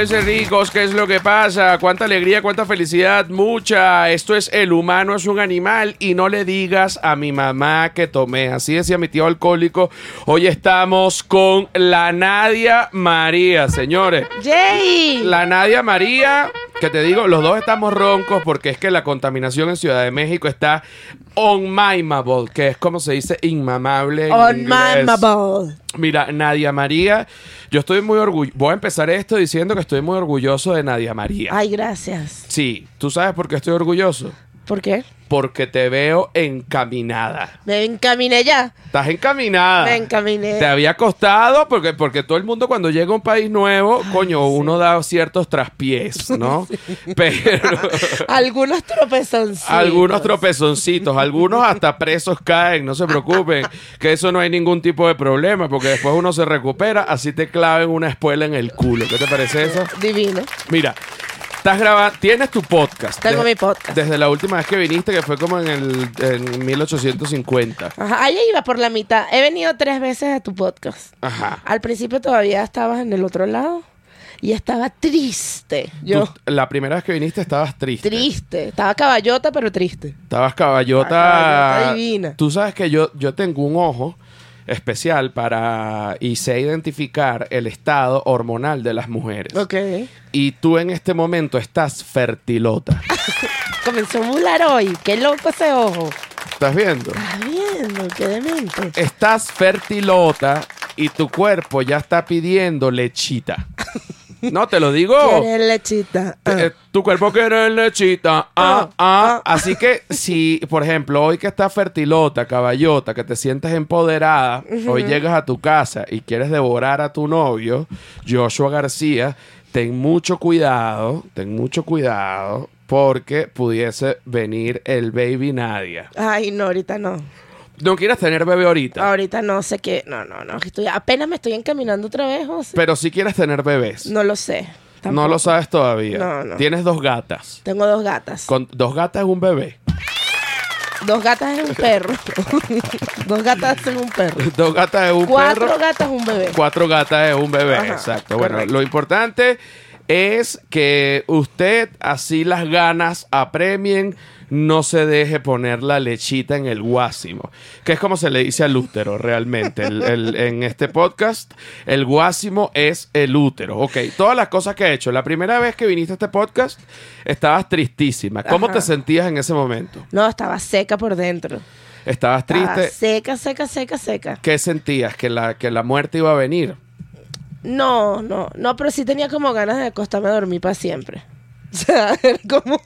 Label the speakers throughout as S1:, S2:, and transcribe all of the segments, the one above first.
S1: ese ricos, ¿qué es lo que pasa? ¿Cuánta alegría, cuánta felicidad? Mucha. Esto es el humano es un animal y no le digas a mi mamá que tomé. Así decía mi tío alcohólico. Hoy estamos con la Nadia María, señores.
S2: ¡Yay!
S1: La Nadia María, que te digo, los dos estamos roncos porque es que la contaminación en Ciudad de México está unmimable, que es como se dice inmamable. en inglés.
S2: Unmamable.
S1: Mira, Nadia María, yo estoy muy orgulloso. Voy a empezar esto diciendo que estoy muy orgulloso de Nadia María.
S2: Ay, gracias.
S1: Sí, tú sabes por qué estoy orgulloso.
S2: ¿Por qué?
S1: Porque te veo encaminada.
S2: Me encaminé ya.
S1: Estás encaminada.
S2: Me encaminé.
S1: Te había costado porque, porque todo el mundo cuando llega a un país nuevo, coño, uno da ciertos traspiés, ¿no? Pero
S2: Algunos tropezoncitos. pues.
S1: algunos tropezoncitos, algunos hasta presos caen, no se preocupen, que eso no hay ningún tipo de problema, porque después uno se recupera, así te claven una espuela en el culo. ¿Qué te parece eso?
S2: Divino.
S1: Mira, estás grabando, tienes tu podcast.
S2: Tengo
S1: Des-
S2: mi podcast.
S1: Desde la última vez que viniste, que fue como en el en 1850.
S2: Ajá, ahí iba por la mitad. He venido tres veces a tu podcast.
S1: Ajá.
S2: Al principio todavía estabas en el otro lado y estaba triste. Yo,
S1: Tú- la primera vez que viniste estabas triste.
S2: triste. Estaba caballota, pero triste.
S1: Estabas caballota.
S2: Ah, caballota divina.
S1: Tú sabes que yo, yo tengo un ojo especial para y sé identificar el estado hormonal de las mujeres.
S2: Ok.
S1: Y tú en este momento estás fertilota.
S2: Comenzó a mular hoy. Qué loco ese ojo.
S1: ¿Estás viendo?
S2: Estás viendo, qué demente.
S1: Estás fertilota y tu cuerpo ya está pidiendo lechita. No, te lo digo.
S2: Quieres lechita.
S1: Te- Oh. eh, tu cuerpo quiere lechita. Ah, ah. Así que si, por ejemplo, hoy que estás fertilota, caballota, que te sientes empoderada, hoy llegas a tu casa y quieres devorar a tu novio, Joshua García, ten mucho cuidado, ten mucho cuidado, porque pudiese venir el baby Nadia.
S2: Ah. Ay, no, ahorita no.
S1: No quieras tener bebé ahorita,
S2: Ahorita no sé qué. No, no, no. Estoy, apenas me estoy encaminando otra vez, José.
S1: pero si quieres tener bebés.
S2: No lo sé.
S1: No
S2: Tampoco.
S1: lo sabes todavía.
S2: No, no.
S1: Tienes dos gatas.
S2: Tengo dos gatas.
S1: Con dos gatas es un bebé.
S2: Dos gatas es un perro. dos gatas es un perro.
S1: Dos gatas es un
S2: Cuatro
S1: perro.
S2: gatas es un bebé.
S1: Cuatro gatas es un bebé,
S2: Ajá,
S1: exacto. Bueno,
S2: correcto.
S1: lo importante es que usted así las ganas apremien, no se deje poner la lechita en el guásimo, que es como se le dice al útero realmente. El- el- en este podcast, el guásimo es el útero. Ok, todas las cosas que he hecho. La primera vez que viniste a este podcast, estabas tristísima. ¿Cómo
S2: Ajá.
S1: te sentías en ese momento?
S2: No, estaba seca por dentro.
S1: ¿Estabas
S2: Estaba
S1: triste?
S2: seca, seca, seca, seca.
S1: ¿Qué sentías? ¿Que la, que la muerte iba a venir?
S2: No, no, no, pero sí tenía como ganas de acostarme a dormir para siempre. O sea, era como,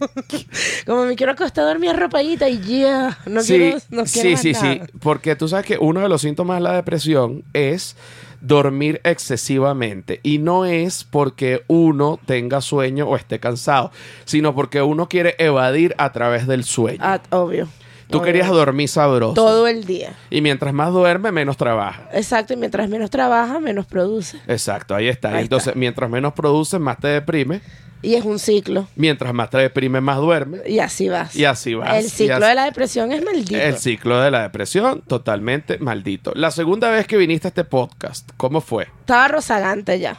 S2: como me quiero acostar a dormir arropadita y ya. No quiero, no quiero
S1: sí,
S2: más
S1: sí,
S2: nada.
S1: sí. Porque tú sabes que uno de los síntomas de la depresión es dormir excesivamente. Y no es porque uno tenga sueño o esté cansado, sino porque uno quiere evadir a través del sueño.
S2: Ah, obvio.
S1: tú
S2: Obvio.
S1: querías dormir sabroso.
S2: Todo el día.
S1: Y mientras más duerme, menos trabaja.
S2: Exacto, y mientras menos trabaja, menos produce.
S1: Exacto, ahí está.
S2: Ahí
S1: Entonces, mientras menos produces, más te deprime.
S2: Y es un ciclo.
S1: Mientras más te deprime, más duerme.
S2: Y así vas.
S1: Y así vas, y
S2: El ciclo
S1: así-
S2: de la depresión es maldito.
S1: El ciclo de la depresión, totalmente maldito. La segunda vez que viniste a este podcast, ¿cómo fue?
S2: Estaba rozagante ya.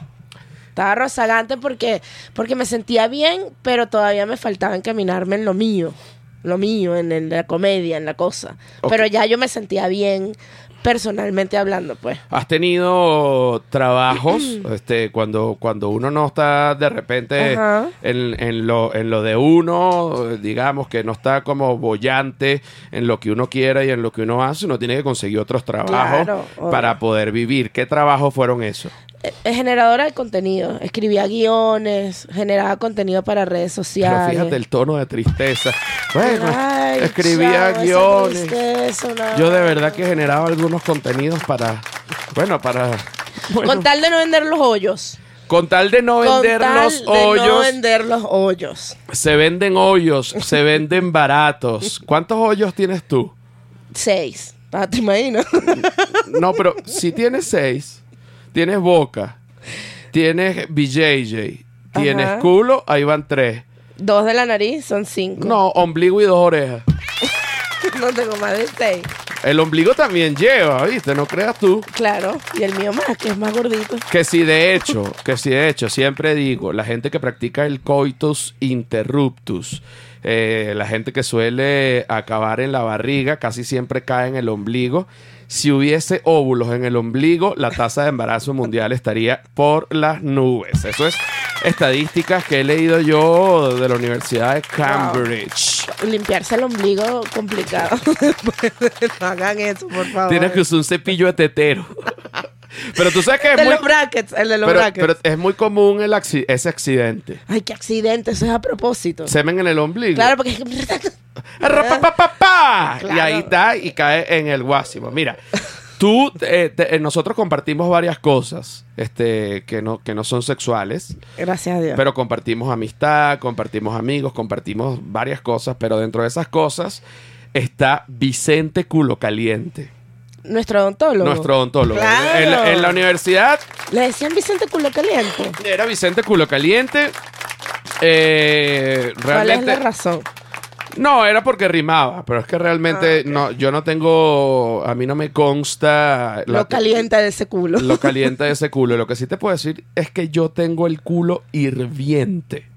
S2: Estaba rozagante porque, porque me sentía bien, pero todavía me faltaba encaminarme en lo mío. Lo mío, en, el- la comedia, en la cosa.
S1: Ok.
S2: Pero ya yo me sentía bien personalmente hablando, pues.
S1: ¿Has tenido trabajos este, cuando, cuando uno no está de repente
S2: Ajá.
S1: en, en lo, en lo de uno, eh, digamos que no está como bollante en lo que uno quiera y en lo que uno hace, uno tiene que conseguir otros trabajos
S2: Claro, obvio.
S1: para poder vivir? ¿Qué trabajos fueron esos?
S2: Eh, eh, generadora de contenido. Escribía guiones, generaba contenido para redes
S1: Pero
S2: sociales.
S1: fíjate el tono de tristeza. Bueno,
S2: Ay,
S1: escribía
S2: chavo, esa
S1: guiones.
S2: tristeza, una-
S1: Yo de verdad que generaba algunos contenidos para, bueno, para... bueno,
S2: Con tal de no vender los hoyos.
S1: con tal de no
S2: Con
S1: vender
S2: tal
S1: los
S2: de
S1: hoyos.
S2: No vender los hoyos.
S1: Se venden hoyos, se venden baratos. ¿Cuántos hoyos tienes tú?
S2: Seis. Ah, te imagino.
S1: No, pero si tienes seis, tienes boca, tienes BJJ, tienes
S2: Ajá.
S1: culo, ahí van tres.
S2: Dos de la nariz son cinco.
S1: No, ombligo y dos orejas.
S2: No tengo más de seis.
S1: El ombligo también lleva, ¿viste? No creas tú.
S2: Claro, y el mío más, que es más gordito.
S1: Que si de hecho, que si de hecho, siempre digo, la gente que practica el coitus interruptus, eh, la gente que suele acabar en la barriga, casi siempre cae en el ombligo. Si hubiese óvulos en el ombligo, la tasa de embarazo mundial estaría por las nubes. Eso es estadísticas que he leído yo de la Universidad de Cambridge.
S2: Limpiarse el ombligo complicado. no hagan eso, por favor.
S1: Tienes que usar un cepillo de tetero. Pero tú sabes que es
S2: de
S1: muy...
S2: los brackets, el de los
S1: pero,
S2: brackets.
S1: pero es muy común el acci- ese accidente.
S2: Ay, qué accidente, eso es a propósito.
S1: Semen en el ombligo.
S2: Claro, porque es que...
S1: Ah, ¡Rapapapapá!
S2: Claro.
S1: Y ahí está y cae en el guásimo. Mira, tú, eh, te- eh, nosotros compartimos varias cosas este, que, no, que no son sexuales,
S2: Gracias a Dios.
S1: pero compartimos amistad, compartimos amigos, compartimos varias cosas, pero dentro de esas cosas está Vicente Culo Caliente,
S2: Nuestro odontólogo.
S1: nuestro odontólogo.
S2: Claro.
S1: En, la- en la universidad
S2: Le decían Vicente Culo Caliente.
S1: era Vicente Culo Caliente. Eh,
S2: ¿Cuál es
S1: realmente,
S2: la razón?
S1: No, era porque rimaba, pero es que realmente no, yo no tengo, a mí no me consta
S2: Lo calienta de ese culo.
S1: lo caliente de ese culo. Lo que sí te puedo decir es que yo tengo el culo hirviente.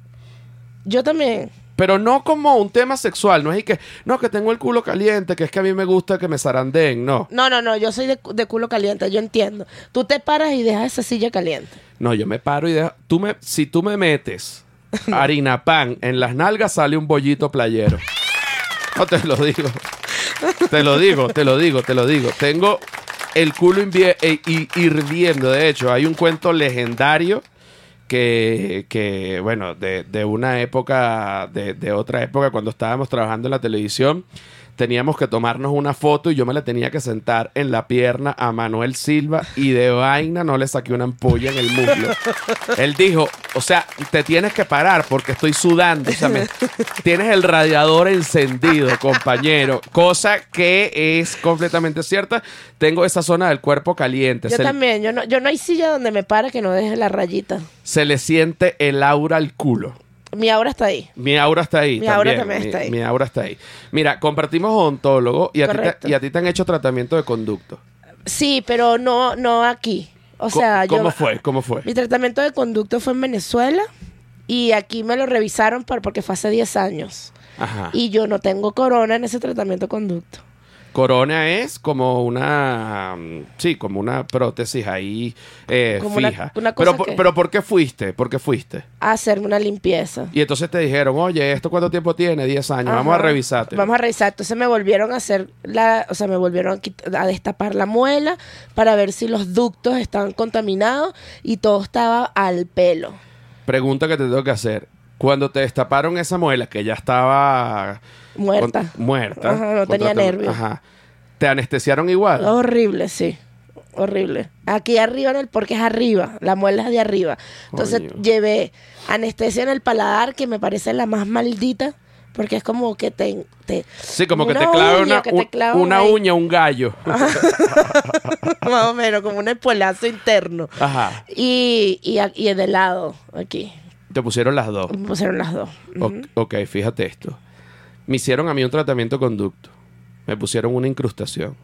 S2: Yo también.
S1: Pero no como un tema sexual, no es y que, no, que tengo el culo caliente, que es que a mí me gusta que me zarandeen, no.
S2: No, no, no, yo soy de, cu- de culo caliente, yo entiendo. Tú te paras y dejas esa silla caliente.
S1: No, yo me paro y dejo, tú me, si tú me metes harina pan en las nalgas sale un bollito playero. No te lo digo. Te lo digo, te lo digo, te lo digo. Tengo el culo invie- eh, hi- hirviendo. De hecho, hay un cuento legendario que, que, bueno, de, de una época, de, de otra época, cuando estábamos trabajando en la televisión, teníamos que tomarnos una foto y yo me la tenía que sentar en la pierna a Manuel Silva y de vaina no le saqué una ampolla en el muslo. Él dijo, o sea, te tienes que parar porque estoy sudando. O sea, me- tienes el radiador encendido, compañero. Cosa que es completamente cierta. Tengo esa zona del cuerpo caliente.
S2: Yo
S1: Se,
S2: también, yo no, yo no hay silla donde me pare que no deje la rayita.
S1: se le siente el aura al culo.
S2: Mi aura está ahí.
S1: Mi aura está ahí.
S2: Mi aura
S1: también,
S2: también
S1: mi-
S2: está ahí.
S1: Mi aura está ahí. Mira, compartimos odontólogo y a, ti
S2: Correcto.
S1: te, y a ti te han hecho tratamiento de conducto.
S2: Sí, pero no, no aquí. O sea, yo.
S1: ¿Cómo fue? ¿Cómo fue?
S2: Mi tratamiento de conducto fue en Venezuela y aquí me lo revisaron por- porque fue hace 10 años.
S1: Ajá.
S2: Y yo no tengo corona en ese tratamiento de conducto.
S1: Corona es como una. mm, Sí, como una prótesis ahí eh,
S2: Como una-
S1: fija.
S2: una cosa
S1: pero, por-
S2: que-
S1: pero ¿por qué fuiste? ¿Por qué fuiste?
S2: A hacerme una limpieza.
S1: Y entonces te dijeron, oye, ¿esto cuánto tiempo tiene? 10 años. Vamos a
S2: Ajá.
S1: revisarte.
S2: Vamos a revisar. Entonces me volvieron a hacer la, o sea, me volvieron a, quit- a destapar la muela para ver si los ductos estaban contaminados y todo estaba al pelo.
S1: Pregunta que te tengo que hacer. Cuando te destaparon esa muela, que ya estaba.
S2: Muerta.
S1: con- muerta.
S2: Ajá, no
S1: con
S2: tenía
S1: tratamiento-
S2: nervios.
S1: Ajá. ¿Te anestesiaron igual?
S2: Horrible, sí. Horrible. Aquí arriba en el, porque es arriba, la muela es de arriba. Entonces
S1: Coño.
S2: llevé anestesia en el paladar, que me parece la más maldita, porque es como que te, te-
S1: Sí, como que
S2: una
S1: te clava
S2: uña
S1: una,
S2: que te
S1: un-
S2: clavan
S1: una
S2: ahí.
S1: uña, un gallo.
S2: más o menos, como un espuelazo interno.
S1: Ajá.
S2: Y, y, a- y de lado, aquí.
S1: Te pusieron las dos.
S2: Me pusieron las dos.
S1: O- Ok, fíjate esto. Me hicieron a mí un tratamiento de conducto. Me pusieron una incrustación.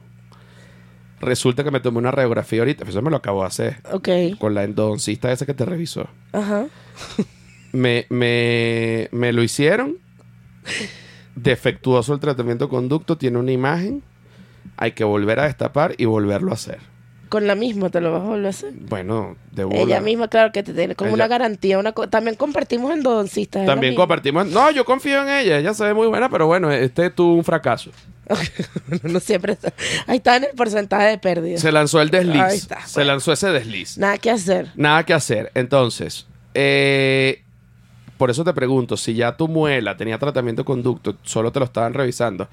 S1: Resulta que me tomé una radiografía ahorita. Eso me lo acabo de hacer.
S2: Ok.
S1: Con la endodoncista esa que te revisó.
S2: Ajá.
S1: Me, me, me lo hicieron. Defectuoso el tratamiento de conducto. Tiene una imagen. Hay que volver a destapar y volverlo a hacer.
S2: Con la misma te lo vas a volver a hacer.
S1: Bueno, de bola.
S2: Ella misma, claro que te tiene como
S1: Ella-
S2: una garantía. una co- También compartimos endodoncistas. es la
S1: También
S2: misma.
S1: compartimos. No, yo confío en ella. Ella se ve muy buena, pero bueno, este tuvo un fracaso.
S2: no siempre está. Ahí está en el porcentaje de pérdida.
S1: Se lanzó el desliz.
S2: Ahí está,
S1: Se
S2: bueno.
S1: lanzó ese desliz.
S2: Nada que hacer.
S1: Nada que hacer. Entonces, eh, por eso te pregunto, si ya tu muela tenía tratamiento de conducto, solo te lo estaban revisando,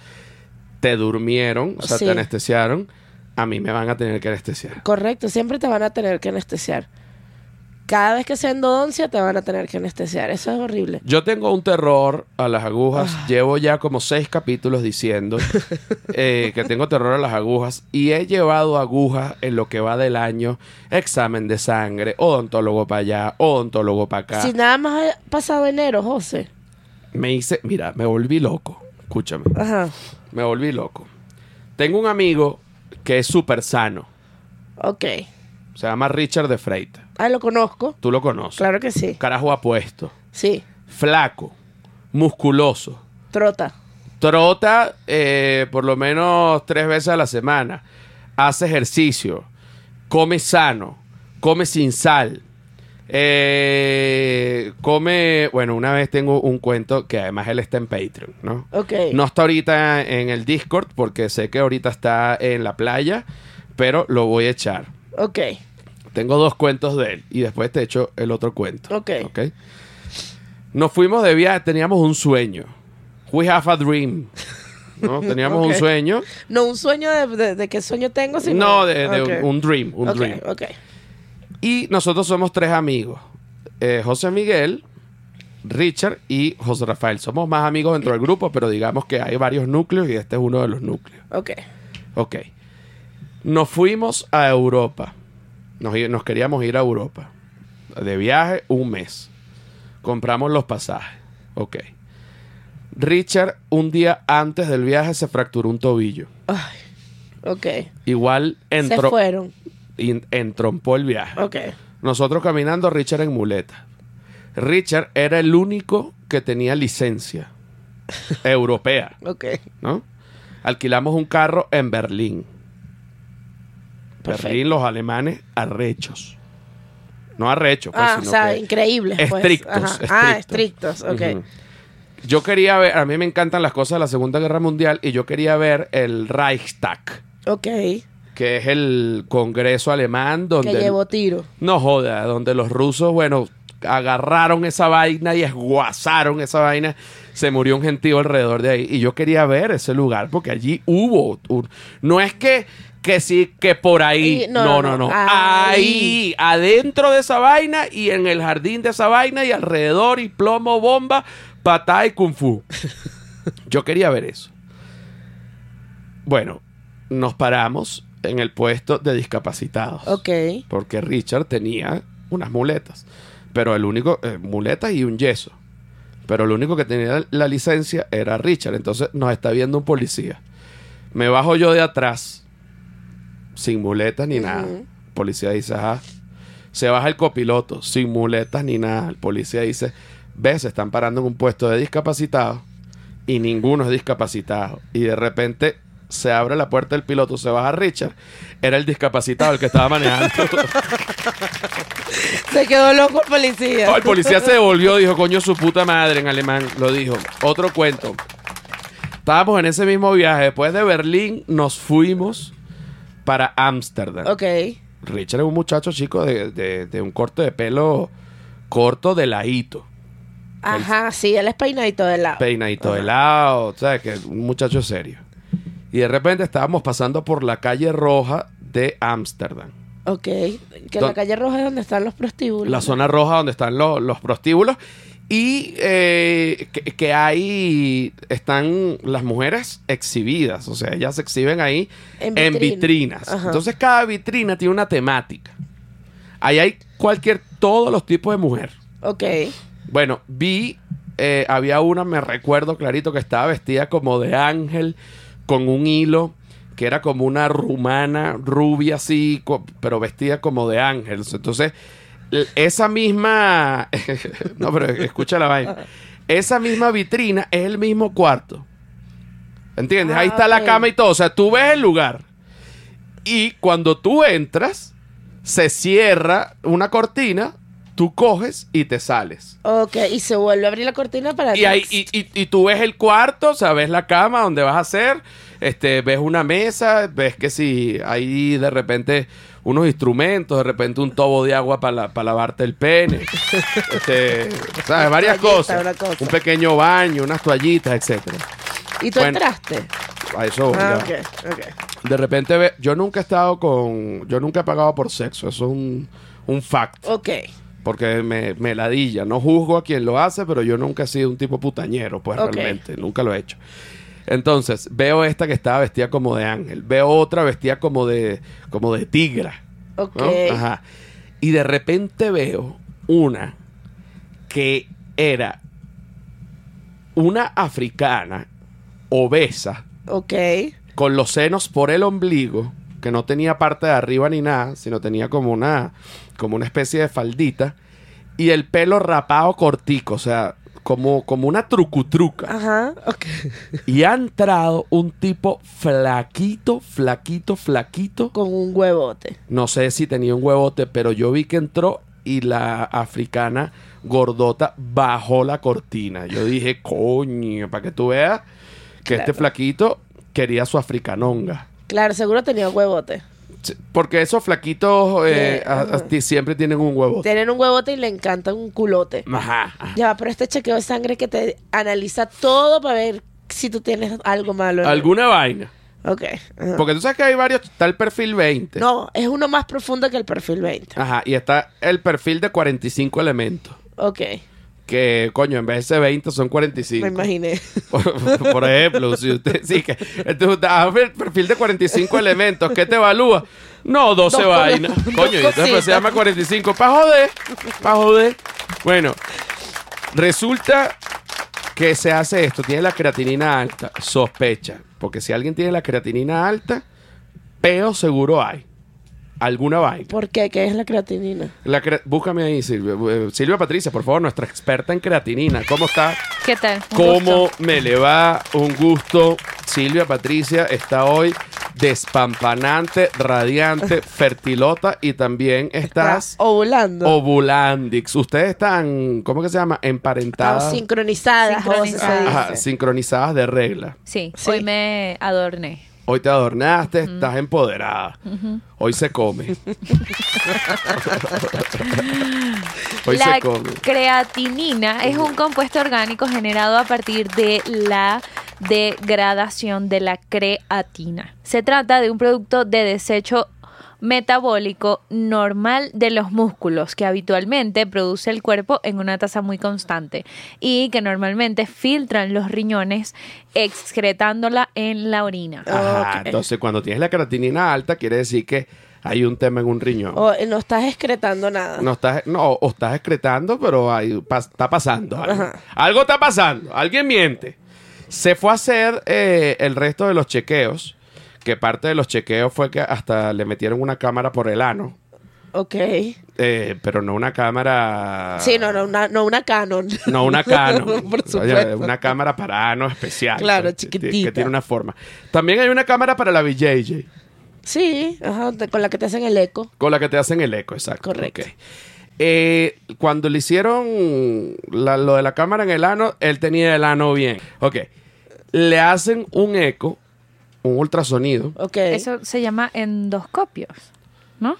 S1: te durmieron, o sea,
S2: Sí.
S1: te anestesiaron, a mí me van a tener que anestesiar.
S2: Correcto, siempre te van a tener que anestesiar. Cada vez que sea endodoncia te van a tener que anestesiar. Eso es horrible.
S1: Yo tengo un terror a las agujas. Llevo ya como seis capítulos diciendo eh, que tengo terror a las agujas. Y he llevado agujas en lo que va del año. Examen de sangre, odontólogo para allá, odontólogo para acá.
S2: Si nada más ha pasado enero, José.
S1: Me hice, mira, me volví loco. Escúchame,
S2: Ajá.
S1: me volví loco. Tengo un amigo que es súper sano.
S2: Ok.
S1: Se llama Richard de Freitas.
S2: Ah, lo conozco.
S1: Tú lo conoces.
S2: Claro que sí.
S1: Carajo apuesto.
S2: Sí.
S1: Flaco. Musculoso.
S2: Trota.
S1: Trota eh, por lo menos tres veces a la semana. Hace ejercicio. Come sano. Come sin sal. Eh, come, bueno, una vez tengo un cuento que además él está en Patreon, ¿no?
S2: Ok.
S1: No está ahorita en el Discord porque sé que ahorita está en la playa, pero lo voy a echar.
S2: Ok.
S1: Tengo dos cuentos de él y después te echo el otro cuento.
S2: Ok.
S1: Nos fuimos de viaje, teníamos un sueño. We have a dream. ¿no? Teníamos
S2: Ok.
S1: un sueño.
S2: No un sueño de, de, de qué sueño tengo, sino.
S1: No, de, de
S2: Ok.
S1: un, un dream, un
S2: Ok,
S1: dream.
S2: ok.
S1: Y nosotros somos tres amigos. Eh, José Miguel, Richard y José Rafael. Somos más amigos dentro del grupo, pero digamos que hay varios núcleos y este es uno de los núcleos.
S2: Ok.
S1: Ok. Nos fuimos a Europa. Nos, i- nos queríamos ir a Europa. De viaje, un mes. Compramos los pasajes. Ok. Richard, un día antes del viaje, se fracturó un tobillo.
S2: Ay. Ok.
S1: Igual
S2: Se
S1: entró,
S2: fueron.
S1: in- entrompó el viaje.
S2: Ok.
S1: Nosotros caminando, Richard en muleta. Richard era el único que tenía licencia europea,
S2: Ok.
S1: ¿no? Alquilamos un carro en Berlín.
S2: Perfecto.
S1: Berlín, los alemanes, arrechos. No arrechos, pues,
S2: Ah, o
S1: sino
S2: sea,
S1: que-
S2: increíbles. pues.
S1: Estrictos,
S2: Ajá. Ah, estrictos.
S1: estrictos.
S2: Ok.
S1: Ujú. Yo quería ver, a mí me encantan las cosas de la Segunda Guerra Mundial y yo quería ver el Reichstag,
S2: Ok. Que
S1: que es el Congreso alemán donde...
S2: llevó tiro.
S1: No joda, donde los rusos, bueno, agarraron esa vaina y esguazaron esa vaina. Se murió un gentío alrededor de ahí. Y yo quería ver ese lugar porque allí hubo. un- no es que, que sí, que por ahí.
S2: Y-
S1: Eh, no, no, no.
S2: Ahí.
S1: Ahí, adentro de esa vaina y en el jardín de esa vaina y alrededor y plomo, bomba, patada y kung fu. yo quería ver eso. Bueno, nos paramos en el puesto de discapacitados.
S2: Ok.
S1: Porque Richard tenía unas muletas. Pero el único, eh, muletas y un yeso. Pero el único que tenía la licencia era Richard. Entonces nos está viendo un policía. Me bajo yo de atrás. Sin muletas ni nada.
S2: Ujú.
S1: El policía dice, ajá. Se baja el copiloto. Sin muletas ni nada. El policía dice, ves, se están parando en un puesto de discapacitados. Y ninguno es discapacitado. Y de repente se abre la puerta del piloto. Se baja Richard. Era el discapacitado el que estaba manejando.
S2: Se quedó loco el policía.
S1: No, el policía se devolvió, dijo, coño, su puta madre en alemán. Lo dijo. Otro cuento. Estábamos en ese mismo viaje. Después de Berlín, nos fuimos para Ámsterdam.
S2: Ok.
S1: Richard es un muchacho chico de, de- de un corte de pelo corto de ladito.
S2: Ajá, sí, él es peinadito de lado.
S1: Peinadito de
S2: Ajá.
S1: lado. O sea, que es un muchacho serio. Y de repente estábamos pasando por la calle roja de Ámsterdam.
S2: Ok. Que
S1: Don-
S2: la calle roja es donde están los prostíbulos.
S1: La zona roja donde están lo- los prostíbulos. Y eh, que, que ahí están las mujeres exhibidas. O sea, ellas se exhiben ahí
S2: En
S1: en,
S2: vitrina.
S1: vitrinas.
S2: Ajá.
S1: Entonces cada vitrina tiene una temática. Ahí hay cualquier, todos los tipos de mujer.
S2: Ok.
S1: Bueno, vi, eh, había una, me recuerdo clarito, que estaba vestida como de ángel, con un hilo, que era como una rumana rubia así, co- pero vestida como de ángel. Entonces, l- esa misma... no, pero escucha la vaina. Esa misma vitrina es el mismo cuarto. ¿Entiendes?
S2: Ah,
S1: Ahí está
S2: ok.
S1: la cama y todo. O sea, tú ves el lugar. Y cuando tú entras, se cierra una cortina, tú coges y te sales.
S2: Ok. Y se vuelve a abrir la cortina para.
S1: Y, ahí, y, y- y tú ves el cuarto, o sea, ves la cama donde vas a hacer, este, ves una mesa, ves que si hay de repente unos instrumentos, de repente un tobo de agua para lavarte el pene, este, ¿sabes? Varias
S2: toallita, una
S1: cosas.
S2: cosa.
S1: Un pequeño baño, unas toallitas, etcétera.
S2: ¿Y tú
S1: bueno.
S2: entraste.
S1: A eso voy, ya.
S2: Ah, ok. Ok.
S1: De repente, ve- yo nunca he estado con. Yo nunca he pagado por sexo. Eso es un, un fact.
S2: Ok.
S1: Porque me, me ladilla. No juzgo a quien lo hace, pero yo nunca he sido un tipo putañero, pues
S2: Ok.
S1: realmente. Nunca lo he hecho. Entonces, veo esta que estaba vestida como de ángel. Veo otra vestida como de, como de tigra.
S2: Ok.
S1: ¿no? Ajá. Y de repente veo una que era una africana obesa
S2: Ok.
S1: con los senos por el ombligo, que no tenía parte de arriba ni nada, sino tenía como una, como una especie de faldita, y el pelo rapado cortico, o sea, como, como una trucutruca.
S2: Ajá, ok.
S1: Y ha entrado un tipo flaquito, flaquito, flaquito.
S2: Con un huevote.
S1: No sé si tenía un huevote, pero yo vi que entró y la africana gordota bajó la cortina. Yo dije, coño, para que tú veas que
S2: Claro.
S1: este flaquito quería su africanonga.
S2: Claro, seguro tenía huevote.
S1: Sí, Porque esos flaquitos eh,
S2: Que-
S1: a- a-
S2: ajá.
S1: ti siempre tienen un huevote.
S2: Tienen un huevote y le encanta un culote.
S1: Ajá.
S2: Ya, va, pero este chequeo de sangre que te analiza todo para ver si tú tienes algo malo. en él.
S1: Alguna vaina.
S2: Ok. ajá.
S1: Porque tú sabes que hay varios. Está el perfil 20.
S2: No, es uno más profundo que el perfil 20.
S1: Ajá. Y está el perfil de 45 elementos.
S2: Ok,
S1: Que, coño, en vez de 20 son 45.
S2: me imaginé.
S1: Por, por ejemplo, si usted sí que tú das el perfil de 45 elementos, ¿qué te evalúa? No, 12
S2: Dos
S1: vainas.
S2: cosas.
S1: Coño, y
S2: Dos
S1: entonces pues, se
S2: cositas.
S1: llama 45. Pa' joder, pa' joder. Bueno, resulta que se hace esto. Tiene la creatinina alta. Sospecha. Porque si alguien tiene la creatinina alta, peo seguro hay. Alguna vaina.
S2: ¿Por qué? ¿Qué es la creatinina?
S1: La cre- Búscame ahí, Silvia. Eh, Silvia Patricia, por favor, nuestra experta en creatinina. ¿Cómo está?
S3: ¿Qué tal? Un
S1: ¿Cómo
S3: gusto.
S1: me le va? Un gusto. Silvia Patricia está hoy despampanante, radiante, fertilota y también estás
S2: Está ovulando.
S1: ovulandix. Ustedes están, ¿cómo que se llama? Emparentadas.
S2: Ah, sincronizadas, o se
S3: Sincronizadas.
S2: dice.
S1: Ajá, sincronizadas de regla.
S3: Sí,
S2: Sí.
S3: hoy me adorné.
S1: Hoy te adornaste, estás empoderada. Hoy se come. hoy
S3: la
S1: se come.
S3: creatinina es un compuesto orgánico generado a partir de la degradación de la creatina. Se trata de un producto de desecho metabólico normal de los músculos que habitualmente produce el cuerpo en una tasa muy constante y que normalmente filtran los riñones excretándola en la orina.
S1: Ajá,
S2: Ok.
S1: entonces cuando tienes la creatinina alta, quiere decir que hay un tema en un riñón.
S2: O, eh, no estás excretando nada.
S1: No estás, no, o estás excretando, pero hay- pas- está pasando. Algo,
S2: Ajá.
S1: Algo está pasando. Alguien miente. Se fue a hacer eh, el resto de los chequeos, que parte de los chequeos fue que hasta le metieron una cámara por el ano.
S2: Ok.
S1: eh, pero no una cámara.
S2: Sí, no, no, una, no una Canon.
S1: No una Canon.
S2: Por
S1: Oye,
S2: supuesto.
S1: Una cámara para ano especial.
S2: Claro,
S1: pues, que- que- Que
S2: chiquitita.
S1: tiene una forma. También hay una cámara para la BJJ.
S2: Sí, ajá, te- con la que te hacen el eco.
S1: Con la que te hacen el eco, exacto.
S2: Correcto.
S1: Ok. Eh, cuando le hicieron la- lo de la cámara en el ano, él tenía el ano bien. Ok. Le hacen un eco, un ultrasonido.
S2: Ok.
S3: Eso se llama endoscopios, ¿no?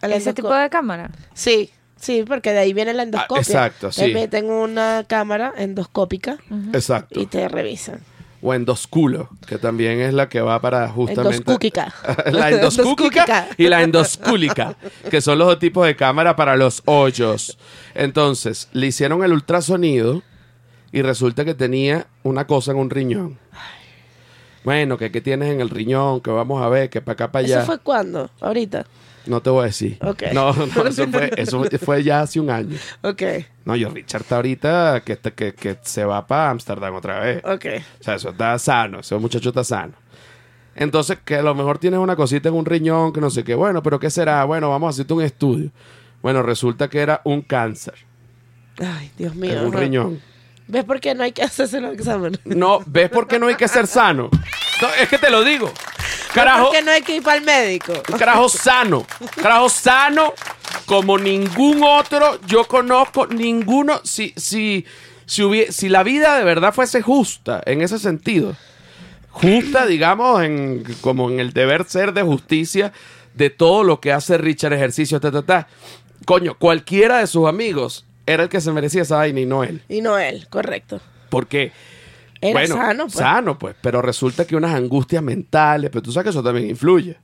S2: El
S3: Ese
S2: endosco-
S3: tipo de cámara.
S2: Sí, sí, porque de ahí viene la endoscopia.
S1: Ah, exacto,
S2: Te
S1: sí.
S2: meten una cámara endoscópica
S1: Exacto.
S2: y te revisan.
S1: O endosculo, que también es la que va para justamente.
S2: Endoscúquica.
S1: la endoscúquica
S2: Endoscúquica.
S1: y la endoscúlica, que son los dos tipos de cámara para los hoyos. Entonces, le hicieron el ultrasonido y resulta que tenía una cosa en un riñón. Bueno, que qué tienes en el riñón, que vamos a ver, que para acá, para allá.
S2: ¿Eso fue cuándo? Ahorita.
S1: No te voy a decir.
S2: Ok.
S1: No, no, eso fue, eso fue ya hace un año.
S2: Ok,
S1: No, yo Richard está ahorita que, está- que, que se va para Ámsterdam otra vez.
S2: ok.
S1: O sea, eso está sano, ese muchacho está sano. Entonces, que a lo mejor tienes una cosita en un riñón, que no sé qué, bueno, pero ¿qué será? Bueno, vamos a hacerte un estudio. Bueno, resulta que era un cáncer
S2: Ay, Dios mío.
S1: en un
S2: ajá.
S1: riñón.
S2: ¿Ves por qué no hay que hacerse los exámenes?
S1: No, ¿ves por qué no hay que ser sano? No, es que te lo digo.
S2: ¿Ves
S1: Carajo,
S2: ¿Por qué no hay que ir para el médico?
S1: un carajo sano. Carajo sano como ningún otro. Yo conozco ninguno. Si, si, si, hubie- si la vida de verdad fuese justa en ese sentido, justa, digamos, en, como en el deber ser de justicia de todo lo que hace Richard ejercicio, ta, ta, ta. Coño, cualquiera de sus amigos era el que se merecía esa vaina y no él.
S2: Y no él, correcto.
S1: Porque
S2: Era
S1: bueno,
S2: sano, pues.
S1: Sano, pues. Pero resulta que unas angustias mentales, pero tú sabes que eso también influye.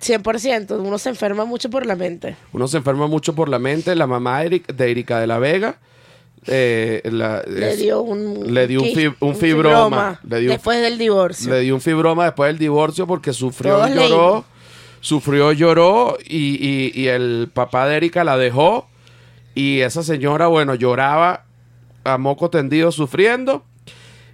S2: 100%. Uno se enferma mucho por la mente.
S1: Uno se enferma mucho por la mente. La mamá de, Eric- de Erika de la Vega eh, la-
S2: Le
S1: es-
S2: dio un...
S1: le dio un
S2: quis-
S1: fib- un fibroma. Le dio un-
S2: después del divorcio.
S1: le dio un fibroma después del divorcio porque sufrió,
S2: Todos
S1: lloró.
S2: leímos.
S1: Sufrió, lloró y, y- y el papá de Erika la dejó. Y esa señora, bueno, lloraba a moco tendido sufriendo.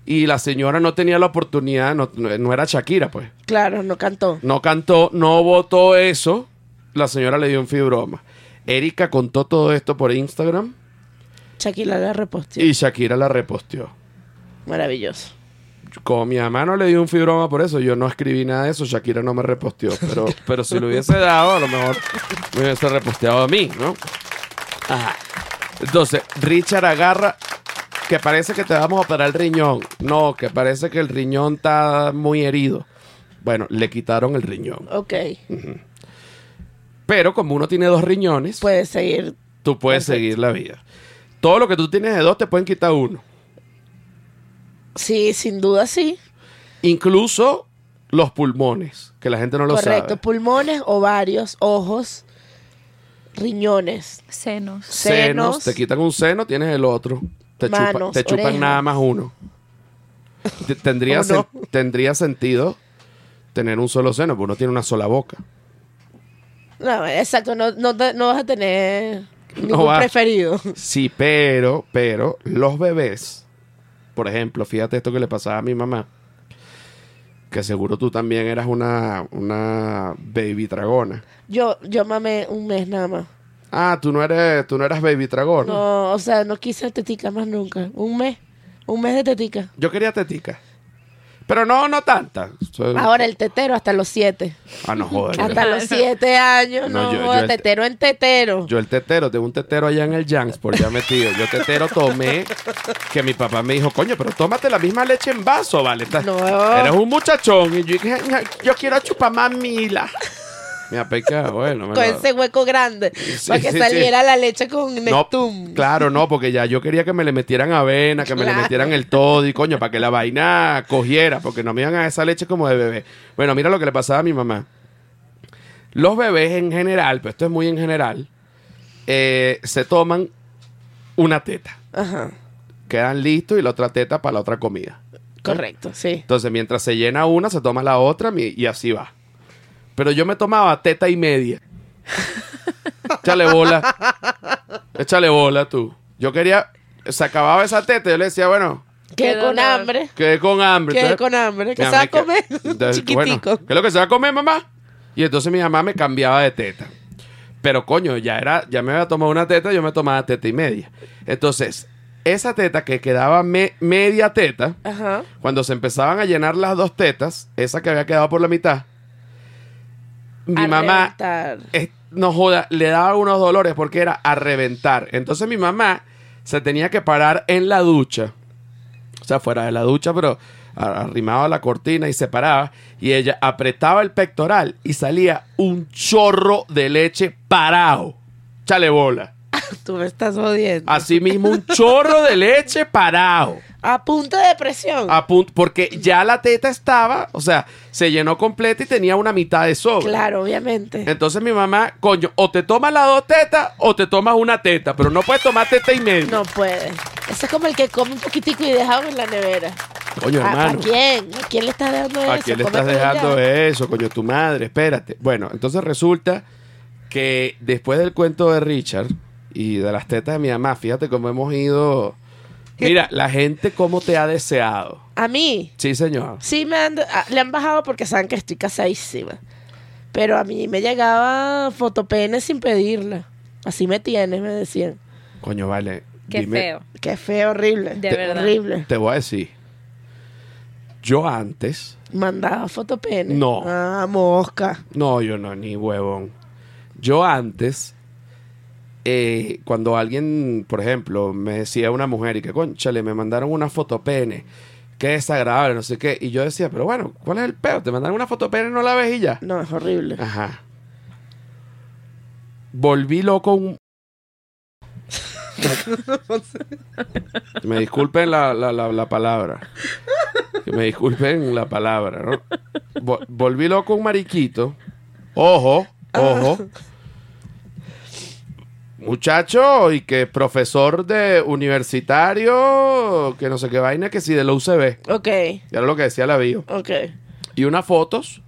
S1: y la señora no tenía la oportunidad, no, no era Shakira, pues.
S2: Claro, no cantó.
S1: No cantó, no votó eso. La señora le dio un fibroma. Erika contó todo esto por Instagram
S2: Shakira la reposteó.
S1: y Shakira la reposteó.
S2: Maravilloso.
S1: Como mi mamá no le dio un fibroma por eso, yo no escribí nada de eso, Shakira no me reposteó. Pero, pero si lo hubiese dado, a lo mejor me hubiese reposteado a mí, ¿no? Ajá. Entonces, Richard agarra que parece que te vamos a operar el riñón. No, que parece que el riñón está muy herido. Bueno, le quitaron el riñón.
S2: Ok.
S1: Pero como uno tiene dos riñones,
S2: Puedes seguir.
S1: tú puedes seguir la vida. Todo lo que tú tienes de dos te pueden quitar uno.
S2: Sí, sin duda sí.
S1: Incluso los pulmones, que la gente no lo
S2: Correcto.
S1: sabe.
S2: Pulmones, ovarios, ojos, riñones,
S3: Senos.
S1: Senos,
S2: senos.
S1: te quitan un seno, tienes el otro. Te, chupa-
S2: Manos,
S1: te chupan
S2: orejas.
S1: nada más uno. Te- tendría,
S2: Uno.
S1: sen- tendría sentido tener un solo seno, porque uno tiene una sola boca.
S2: No, exacto, no, no, te- no vas a tener ningún
S1: vas.
S2: preferido.
S1: Sí, pero, pero, los bebés, por ejemplo, fíjate esto que le pasaba a mi mamá, que seguro tú también eras una, una baby dragona.
S2: Yo, yo mamé un mes nada más.
S1: Ah, tú no eres, tú no eras baby dragón.
S2: No, o sea, no quise tetica más nunca. Un mes. Un mes de tetica.
S1: Yo quería tetica. Pero no, no tanta. Soy-
S2: Ahora el tetero hasta los siete.
S1: Ah, no joder.
S2: Hasta los siete años.
S1: No,
S2: No,
S1: yo- yo
S2: joda,
S1: el-
S2: tetero en tetero.
S1: Yo el tetero, tengo un tetero allá en el Janks, por ya metido. Yo tetero tomé, que mi papá me dijo, coño, pero tómate la misma leche en vaso, ¿vale? Estás-
S2: No.
S1: Eres un muchachón. Y yo dije, "Ña, yo quiero chupar mamila. Me apeca, bueno. me
S2: con
S1: lo-
S2: ese hueco grande.
S1: Sí,
S2: para que
S1: sí,
S2: saliera la leche con
S1: No,
S2: Neptun.
S1: claro, no, porque ya yo quería que me le metieran avena, que me le
S2: Claro.
S1: metieran el todo y coño, para que la vaina cogiera, porque no me iban a esa leche como de bebé. Bueno, mira lo que le pasaba a mi mamá. Los bebés en general, pero esto es muy en general, eh, se toman una teta.
S2: Ajá.
S1: Quedan listos y la otra teta para la otra comida.
S2: Correcto, sí.
S1: Entonces, mientras se llena una, se toma la otra mi- y así va. Pero yo me tomaba teta y media. Échale bola. Échale bola tú. Yo quería. Se acababa esa teta. Yo le decía, bueno,
S2: Quedé con
S3: dolor.
S2: hambre.
S1: quedé con hambre.
S2: Quedé
S1: Entonces,
S2: con hambre. ¿Qué
S1: mi
S2: se
S1: mamá
S2: va a comer?
S1: que- entonces, bueno,
S2: Chiquitico.
S1: ¿Qué es lo que se va a comer, mamá? Y entonces mi mamá me cambiaba de teta. Pero coño, ya era, ya me había tomado una teta, yo me tomaba teta y media. Entonces, esa teta que quedaba me- media teta,
S2: Ajá.
S1: cuando se empezaban a llenar las dos tetas, esa que había quedado por la mitad, mi
S2: A
S1: mamá,
S2: reventar.
S1: es- no joda, le daba unos dolores porque era a reventar. Entonces mi mamá se tenía que parar en la ducha, o sea, fuera de la ducha, pero a- arrimaba la cortina y se paraba, y ella apretaba el pectoral y salía un chorro de leche parado. Chale bola.
S2: Tú me estás jodiendo.
S1: Así mismo, un chorro de leche parado.
S2: A punta de presión.
S1: A punto- porque ya la teta estaba, o sea, se llenó completa y tenía una mitad de sobra.
S2: Claro, obviamente.
S1: Entonces mi mamá, coño, o te tomas las dos tetas o te tomas una teta, pero no puedes tomar teta y media.
S2: No puede. Ese es como el que come un poquitico y deja en la nevera.
S1: Coño,
S2: ¿A-
S1: hermano.
S2: ¿A quién? ¿A quién le estás dejando eso?
S1: ¿A quién le estás
S2: Cómetelo ya.
S1: dejando eso, coño? Tu madre, espérate. Bueno, entonces resulta que después del cuento de Richard y de las tetas de mi mamá, fíjate cómo hemos ido. Mira, la gente cómo te ha deseado.
S2: A mí,
S1: Sí, señor.
S2: sí me han, a- le han bajado porque saben que estoy casadísima. Pero a mí me llegaba fotopene sin pedirla. Así me tienes, me decían.
S1: Coño, vale.
S3: Qué
S1: dime-
S3: feo.
S2: Qué feo, horrible.
S3: De verdad.
S2: Horrible.
S1: Te voy a decir. Yo antes.
S2: Mandaba fotopene.
S1: No.
S2: Ah, mosca.
S1: No, yo no, ni huevón. Yo antes. eh, cuando alguien, por ejemplo, me decía una mujer y que, conchale, me mandaron una foto pene. Qué desagradable, no sé qué. Y yo decía, pero bueno, ¿cuál es el pedo? Te mandaron una foto pene, no la ves y ya.
S2: No, es horrible.
S1: Ajá. Volví loco un. Me disculpen la, la- la- la palabra. Que me disculpen la palabra, ¿no? Vo- volví loco un mariquito. Ojo, ojo. Muchacho y que profesor de universitario, que no sé qué vaina, que si de la UCB.
S2: Ok,
S1: Ya era lo que decía la bio.
S2: ok,
S1: Y unas fotos,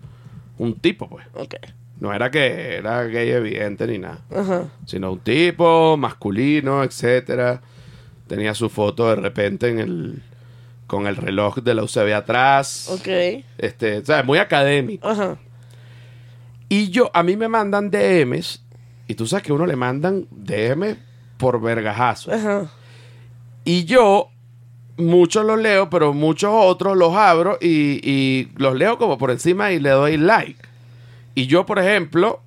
S1: un tipo, pues.
S2: ok.
S1: No era que era gay evidente ni nada,
S2: Ajá.
S1: sino un tipo masculino, etcétera. Tenía su foto de repente en el con el reloj de la UCB atrás.
S2: Ok.
S1: Este, o sea, muy académico.
S2: Ajá.
S1: Y yo, a mí me mandan DMs, y tú sabes que a uno le mandan DM por vergajazo.
S2: Ajá.
S1: Y yo, muchos los leo, pero muchos otros los abro y, y los leo como por encima y le doy like. Y yo, por ejemplo,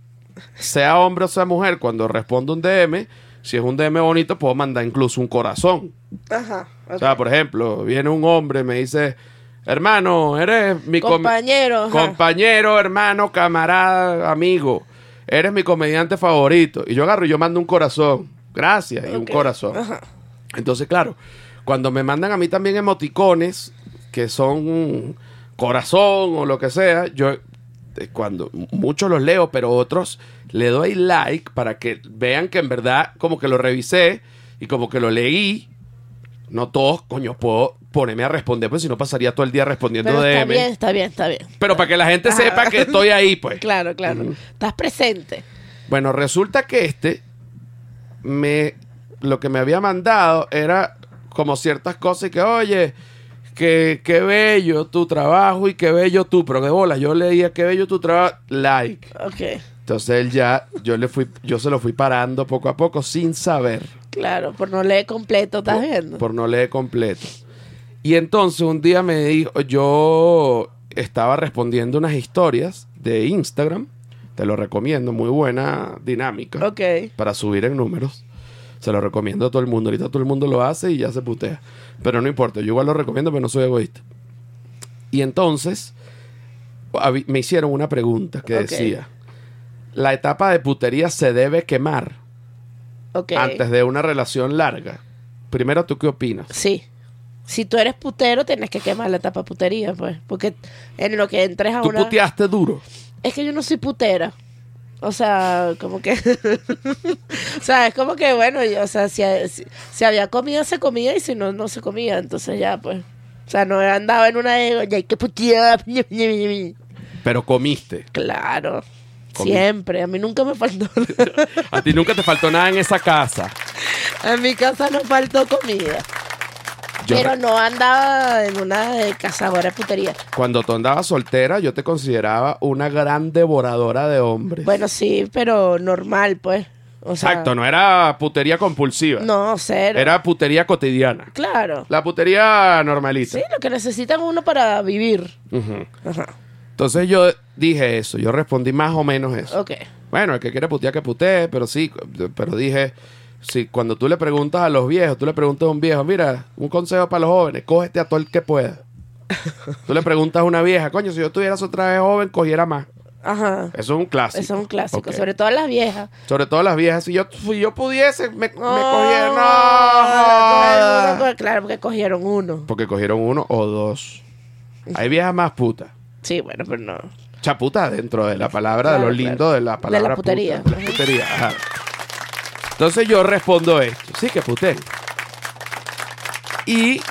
S1: sea hombre o sea mujer, cuando respondo un DM, si es un DM bonito, puedo mandar incluso un corazón.
S2: Ajá.
S1: O sea, por ejemplo, viene un hombre, me dice, hermano, eres mi com-
S2: Compañero, ajá.
S1: compañero, hermano, camarada, amigo, eres mi comediante favorito. Y yo agarro y yo mando un corazón, gracias, y un
S2: Ok.
S1: corazón. Entonces, claro, cuando me mandan a mí también emoticones, que son un corazón o lo que sea, yo eh, cuando muchos los leo, pero otros le doy like para que vean que en verdad como que lo revisé y como que lo leí. No todos, coño, puedo ponerme a responder, pues si no pasaría todo el día respondiendo
S2: Pero está
S1: DM.
S2: bien, está bien, está bien.
S1: Pero para que la gente sepa que estoy ahí, pues.
S2: Claro, claro. Estás presente.
S1: Bueno, resulta que este me lo que me había mandado era como ciertas cosas y que, oye, que, qué bello tu trabajo y qué bello tú, pero qué bola, yo leía qué bello tu trabajo, like.
S2: Ok.
S1: Entonces él ya, yo le fui, yo se lo fui parando poco a poco sin saber.
S2: Claro, por no leer completo, ¿estás
S1: por,
S2: viendo?
S1: por no leer completo. Y entonces un día me dijo, yo estaba respondiendo unas historias de Instagram, te lo recomiendo, muy buena dinámica
S2: Ok.
S1: para subir en números. Se lo recomiendo a todo el mundo. Ahorita todo el mundo lo hace y ya se putea. Pero no importa, yo igual lo recomiendo, pero no soy egoísta. Y entonces habi- me hicieron una pregunta que
S2: Ok.
S1: decía, ¿la etapa de putería se debe quemar
S2: Ok.
S1: antes de una relación larga? Primero, ¿tú qué opinas?
S2: Sí. Si tú eres putero, tienes que quemar la etapa putería, pues. Porque en lo que entres a
S1: Tú
S2: una...
S1: puteaste duro.
S2: Es que yo no soy putera. O sea, como que... o sea, es como que, bueno, yo, o sea, si, si, si había comida, se comía, y si no, no se comía. Entonces ya, pues... O sea, no andaba en una de... "Oye, hay que putear.
S1: Pero comiste.
S2: Claro.
S1: Comí.
S2: Siempre. A mí nunca me faltó...
S1: A ti nunca te faltó nada en esa casa.
S2: en mi casa no faltó comida.
S1: Yo
S2: pero
S1: re-
S2: no andaba en una de cazadora de putería.
S1: Cuando tú andabas soltera, yo te consideraba una gran devoradora de hombres.
S2: Bueno, sí, pero normal, pues. O sea,
S1: Exacto, no era putería compulsiva.
S2: No, cero.
S1: Era putería cotidiana.
S2: Claro.
S1: La putería normalita.
S2: Sí, lo que necesitan uno para vivir.
S1: Ujú.
S2: Ajá.
S1: Entonces yo dije eso, yo respondí más o menos eso.
S2: Ok.
S1: Bueno, el que quiere putear que putee, pero sí, pero dije, si cuando tú le preguntas a los viejos, tú le preguntas a un viejo, mira, un consejo para los jóvenes, cógete a todo el que pueda. tú le preguntas a una vieja, coño, si yo estuvieras otra vez joven, cogiera más.
S2: Ajá.
S1: Eso es un clásico.
S2: Eso es un clásico.
S1: Ok.
S2: Sobre todo las viejas.
S1: Sobre todo las viejas, si yo, si yo pudiese, me, me cogiera.
S2: Oh,
S1: ¡No!
S2: todo el
S1: joda!
S2: mundo co- Ah, Claro, porque cogieron uno.
S1: Porque cogieron uno o dos. Hay viejas más putas.
S2: Sí, bueno, pero no.
S1: Chaputa dentro de la palabra, de
S2: Claro,
S1: lo lindo
S2: claro.
S1: de la
S2: De
S1: palabra.
S2: la putería.
S1: puta, de la putería, ajá. Entonces yo respondo esto. Sí, que puté. Y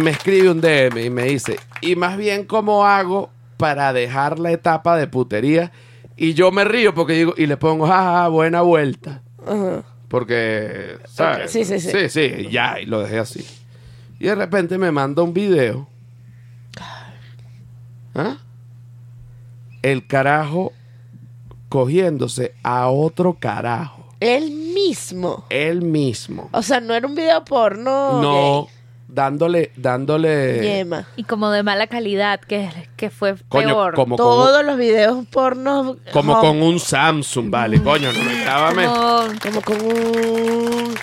S1: me escribe un DM y me dice, y más bien, ¿cómo hago para dejar la etapa de putería? Y yo me río porque digo, y le pongo, jaja, buena vuelta.
S2: Ajá.
S1: Porque, ¿sabes?
S2: Ok, sí, sí, sí.
S1: Sí, sí, ya, y lo dejé así. Y de repente me manda un video. ¿Ah? El carajo cogiéndose a otro carajo.
S2: Él mismo.
S1: Él mismo.
S2: O sea, no era un video porno.
S1: No, eh, dándole, dándole...
S2: gay. Yema.
S3: Y como de mala calidad, que, que fue
S1: Coño,
S3: peor.
S1: como con un-
S2: Todos los videos pornos.
S1: Como
S2: hom-
S1: con un Samsung, vale, coño, no me grábame.
S3: Como-
S2: Como con un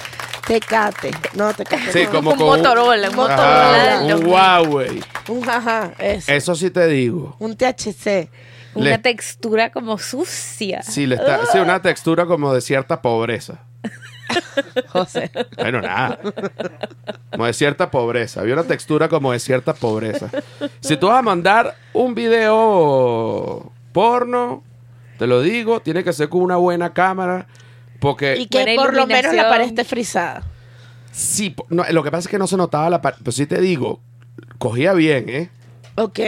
S2: tecate. No, tecate.
S1: Sí,
S2: no.
S1: como
S3: un
S1: con un-
S3: Motorola, un
S1: Ajá,
S3: Motorola del
S1: un
S3: 2000.
S1: Huawei.
S2: Un jaja, eso.
S1: Eso sí te digo.
S2: Un THC.
S3: Una
S1: Le-
S3: textura como sucia.
S1: Sí, le está, sí, una textura como de cierta pobreza.
S2: José.
S1: Bueno, nada. Como de cierta pobreza. Había una textura como de cierta pobreza. Si tú vas a mandar un video porno, te lo digo, tiene que ser con una buena cámara. Porque
S2: Y que
S3: Buena
S2: por lo menos la
S3: iluminación.
S2: pared esté frisada.
S1: sí, po- no, lo que pasa es que no se notaba la parte. Pero sí te digo, cogía bien, ¿eh?
S2: Ok.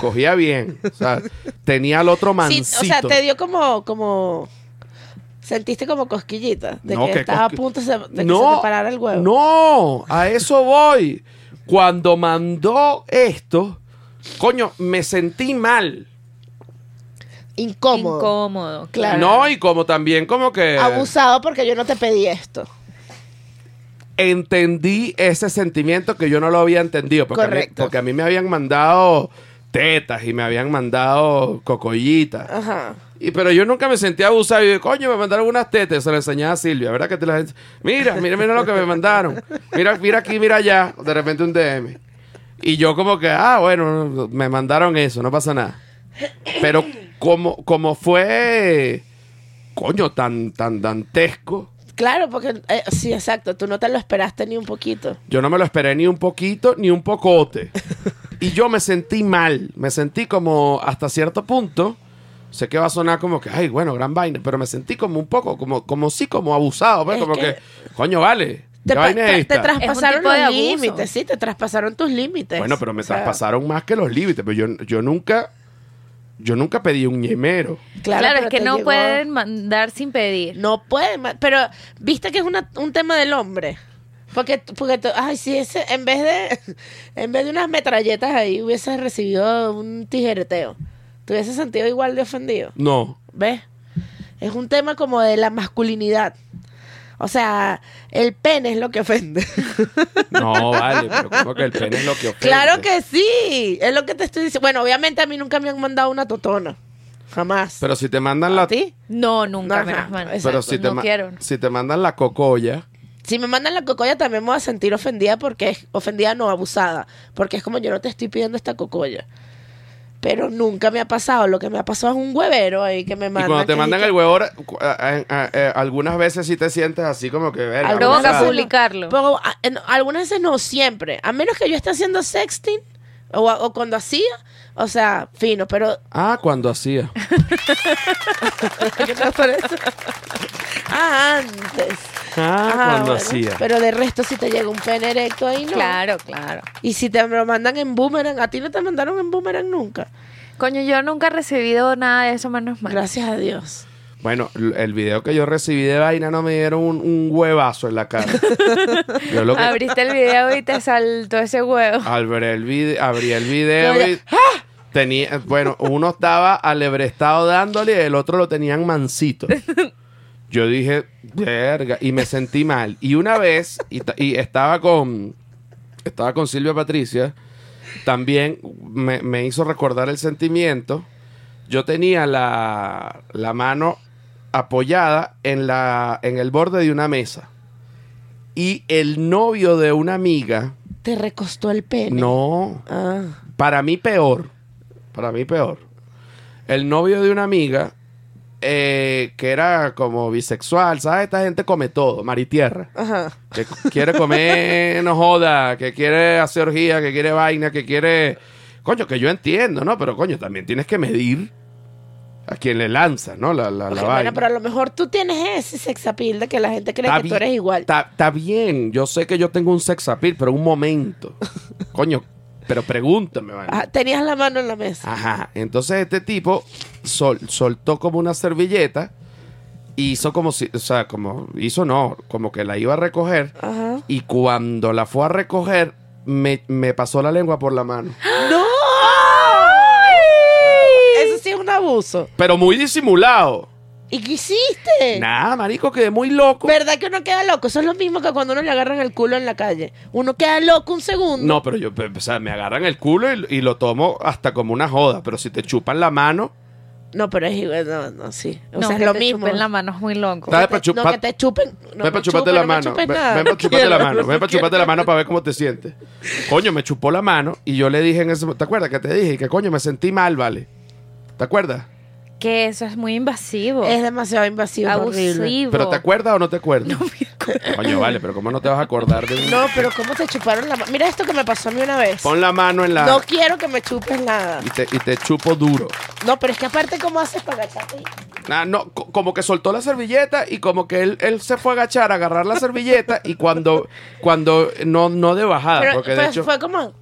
S1: Cogía bien. O sea, tenía al otro
S2: Sí,
S1: mancito.
S2: o sea, te dio como, como. Sentiste como cosquillita de
S1: No,
S2: que
S1: que
S2: estaba
S1: cosqui-
S2: a punto de se- de que se
S1: no,
S2: te parara el huevo.
S1: No, a eso voy. Cuando mandó esto, coño, me sentí mal.
S2: Incómodo.
S3: Incómodo.
S2: Claro.
S1: No, y como también como que
S2: Abusado porque yo no te pedí esto.
S1: entendí ese sentimiento que yo no lo había entendido. Porque, A, mí,
S2: Correcto.
S1: porque a mí me habían mandado tetas y me habían mandado cocollitas.
S2: Ajá.
S1: Y, pero yo nunca me sentía abusado. Y yo, coño, me mandaron unas tetas. Se las enseñaba a Silvia, ¿verdad? Que te las... Mira, mira, mira lo que me mandaron. Mira, mira aquí, mira allá. De repente un DM. Y yo como que, ah, bueno, me mandaron eso, no pasa nada. Pero como, como fue, coño, tan, tan dantesco.
S2: Claro, porque eh, sí, exacto. Tú no te lo esperaste ni un poquito.
S1: Yo no me lo esperé ni un poquito, ni un pocote. Y yo me sentí mal. Me sentí como hasta cierto punto. Sé que va a sonar como que, ay, bueno, gran vaina. Pero me sentí como un poco, como, como sí, como abusado. Pues,
S2: Es
S1: como que,
S2: que-
S1: coño, vale. ¿qué
S2: Te, pa-
S1: vaina es
S2: te-
S1: esta?
S2: te traspasaron
S3: tipo de
S2: los
S3: abuso.
S2: límites, sí, te traspasaron tus límites.
S1: Bueno, pero me
S2: O sea,
S1: traspasaron más que los límites. Pero yo, yo nunca, yo nunca pedí un ñemero.
S3: Claro,
S2: pero
S3: es que
S2: te
S3: no
S2: llegó-
S3: pueden mandar sin pedir.
S2: No pueden, ma- pero viste que es una- un tema del hombre. Porque, porque tú- ay, si ese, en vez de en vez de unas metralletas ahí hubieses recibido un tijereteo, te hubieses sentido igual de ofendido.
S1: No.
S2: ¿Ves? Es un tema como de la masculinidad. O sea, el pene es lo que ofende.
S1: No, vale. Pero como que el pene es lo que ofende.
S2: Claro que sí, es lo que te estoy diciendo. Bueno, obviamente a mí nunca me han mandado una totona. Jamás.
S1: Pero si te mandan la...
S2: ¿A ti?
S3: No, nunca
S2: Ajá,
S3: me las mandan.
S2: exacto,
S1: Pero si te,
S3: no
S1: ma-
S3: quiero.
S1: si te mandan la cocoya...
S2: Si me mandan la cocoya también me voy a sentir ofendida porque es ofendida no abusada, porque es como yo no te estoy pidiendo esta cocoya. Pero nunca me ha pasado, lo que me ha pasado es un huevero ahí que me mandan.
S1: Y cuando
S2: que
S1: te
S2: sí
S1: mandan
S2: que-
S1: el huevo, ahora, cu- a- a- a- eh, algunas veces sí te sientes así como que... verga,
S2: algunas
S3: Provoca
S1: abusada.
S2: veces no.
S3: publicarlo.
S2: Pero, a- en- algunas veces no, siempre. A menos que yo esté haciendo sexting o, a- o cuando hacía, o sea, fino, pero
S1: Ah, cuando hacía.
S2: ¿Qué pasó eso? Ah, antes.
S1: Ah, cuando
S2: bueno.
S1: hacía.
S2: Pero de resto si te llega un pene erecto ahí no.
S3: Claro, claro.
S2: Y si te lo mandan en boomerang, a ti no te mandaron en boomerang nunca.
S3: Coño, yo nunca he recibido nada de eso, menos mal.
S2: Gracias a Dios.
S1: Bueno, l- el video que yo recibí de vaina no me dieron un, un huevazo en la cara. yo lo que...
S3: Abriste el video y te saltó ese huevo.
S2: Ah.
S1: al ver el video, abrí el video y... Tenía, bueno, uno estaba alebrestado dándole y el otro lo tenían mansito. Yo dije, verga, y me sentí mal. Y una vez, y, ta- y estaba con estaba con Silvia Patricia, también me, me hizo recordar el sentimiento. Yo tenía la, la mano apoyada en, la, en el borde de una mesa. Y el novio de una amiga,
S2: Te recostó el pene.
S1: no,
S2: Ah.
S1: para mí peor. Para mí peor. El novio de una amiga eh, que era como bisexual, ¿sabes? Esta gente come todo, maritierra.
S2: Ajá.
S1: Que quiere comer, no joda, que quiere hacer orgía, que quiere vaina, que quiere... Coño, que yo entiendo, ¿no? Pero coño, también tienes que medir a quien le lanza, ¿no? La, la, la
S2: Ok,
S1: vaina.
S2: bueno, pero a lo mejor tú tienes ese sex appeal de que la gente cree
S1: Está
S2: que
S1: bi-
S2: tú eres igual.
S1: Está está bien, yo sé que yo tengo un sex appeal, pero un momento. Coño, pero pregúntame, vaina.
S2: Ajá, tenías la mano en la mesa.
S1: Ajá. Entonces este tipo sol- soltó como una servilleta. Hizo como si, o sea, como hizo no, como que la iba a recoger.
S2: Ajá.
S1: Y cuando la fue a recoger, me, me pasó la lengua por la mano.
S2: ¡No! Eso sí es un abuso.
S1: Pero muy disimulado.
S2: ¿Y qué hiciste?
S1: Nada, marico, quedé muy loco.
S2: ¿Verdad que uno queda loco? Eso es lo mismo que cuando uno le agarran el culo en la calle. Uno queda loco un segundo.
S1: No, pero yo, pe- o sea, me agarran el culo y, y lo tomo hasta como una joda. Pero si te chupan la mano,
S2: No, pero es igual, no, no, sí. O
S3: no,
S2: sea, es
S3: que
S2: lo
S3: te
S2: mismo.
S3: chupen la mano es muy loco.
S1: Dale pa'
S2: Que te- no,
S1: chupar-
S2: que te chupen. No,
S1: ven para
S2: me
S1: chuparte
S2: chupen,
S1: la
S2: no me
S1: mano.
S2: chupes
S1: Ven,
S2: nada.
S1: para chuparte la
S2: Quiero,
S1: mano. Ven
S2: no
S1: para
S2: quiero.
S1: chuparte la mano para ver cómo te sientes. Coño, me chupó la mano y yo le dije en ese ¿Te acuerdas que te dije? Que coño, me sentí mal, vale. ¿Te acuerdas?
S3: Que eso es muy invasivo.
S2: Es demasiado invasivo. horrible.
S3: abusivo.
S1: Pero ¿te acuerdas o no te acuerdas? Coño, vale, pero ¿cómo no te vas a acordar de un-
S2: No, pero ¿cómo te chuparon la mano? Mira esto que me pasó a mí una vez.
S1: Pon la mano en la.
S2: No quiero que me chupes nada.
S1: Y, te, y te chupo duro.
S2: No, pero es que aparte, ¿cómo haces para agacharte?
S1: Ah, no, co- como que soltó la servilleta y como que él, él se fue a agachar, a agarrar la servilleta y cuando, cuando no, no de bajada,
S2: Pero
S1: Ah, porque de
S2: fue-
S1: hecho,
S2: fue como.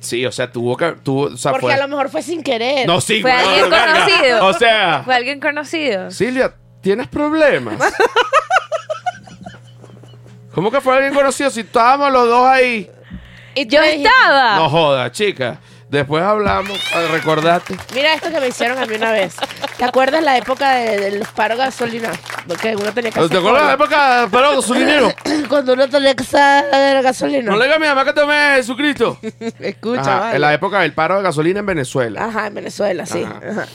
S1: sí, o sea, tuvo que, tuvo, o sea,
S2: Porque
S1: fue-
S2: a lo mejor fue sin querer.
S1: no, sí,
S3: Fue
S1: bueno,
S3: alguien
S1: verga.
S3: conocido.
S1: o sea,
S3: ¿Fue alguien conocido?
S1: Silvia, ¿tienes problemas? ¿Cómo que fue alguien conocido si estábamos los dos ahí?
S2: Y tú
S3: Yo
S2: me dijiste-
S3: estaba.
S1: No joda, chica. Después hablamos, ah, recordate.
S2: Mira esto que me hicieron a mí una vez. ¿Te acuerdas la época de, de los paros de gasolina? Porque uno tenía que hacer
S1: ¿Te acuerdas de la
S2: cola.
S1: época? Pero su dinero.
S2: Cuando uno tenía que hacer gasolina.
S1: No le digas a mi mamá que tomé Jesucristo.
S2: Escucha,
S1: Ajá,
S2: vale.
S1: En la época del paro de gasolina en Venezuela.
S2: Ajá, en Venezuela, sí.
S1: Ajá.
S2: Ajá.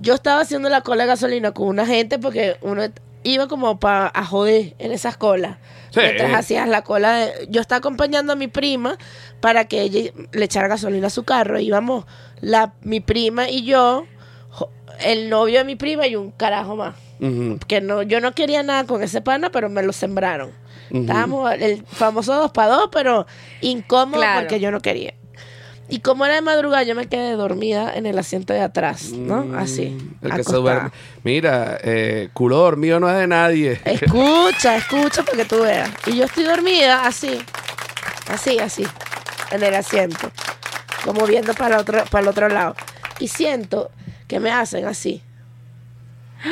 S2: Yo estaba haciendo la cola de gasolina con una gente porque uno iba como para a joder en esas colas.
S1: Sí.
S2: Mientras hacías la cola de- Yo estaba acompañando a mi prima para que ella le echara gasolina a su carro. Íbamos la, mi prima y yo, jo- el novio de mi prima y un carajo más.
S1: Ujú.
S2: Que no, yo no quería nada con ese pana, pero me lo sembraron. Estábamos el famoso dos para dos, pero incómodo
S3: Claro.
S2: porque yo no quería. Y como era de madrugada, yo me quedé dormida en el asiento de atrás, ¿no? Ah, Así.
S1: Mm, El que se
S2: acostada.
S1: duerme. Mira, eh, culo dormido no es de nadie.
S2: Eh. Escucha, escucha para que tú veas. Y yo estoy dormida así, así, así, en el asiento, como viendo para, otro, para el otro lado. Y siento que me hacen así.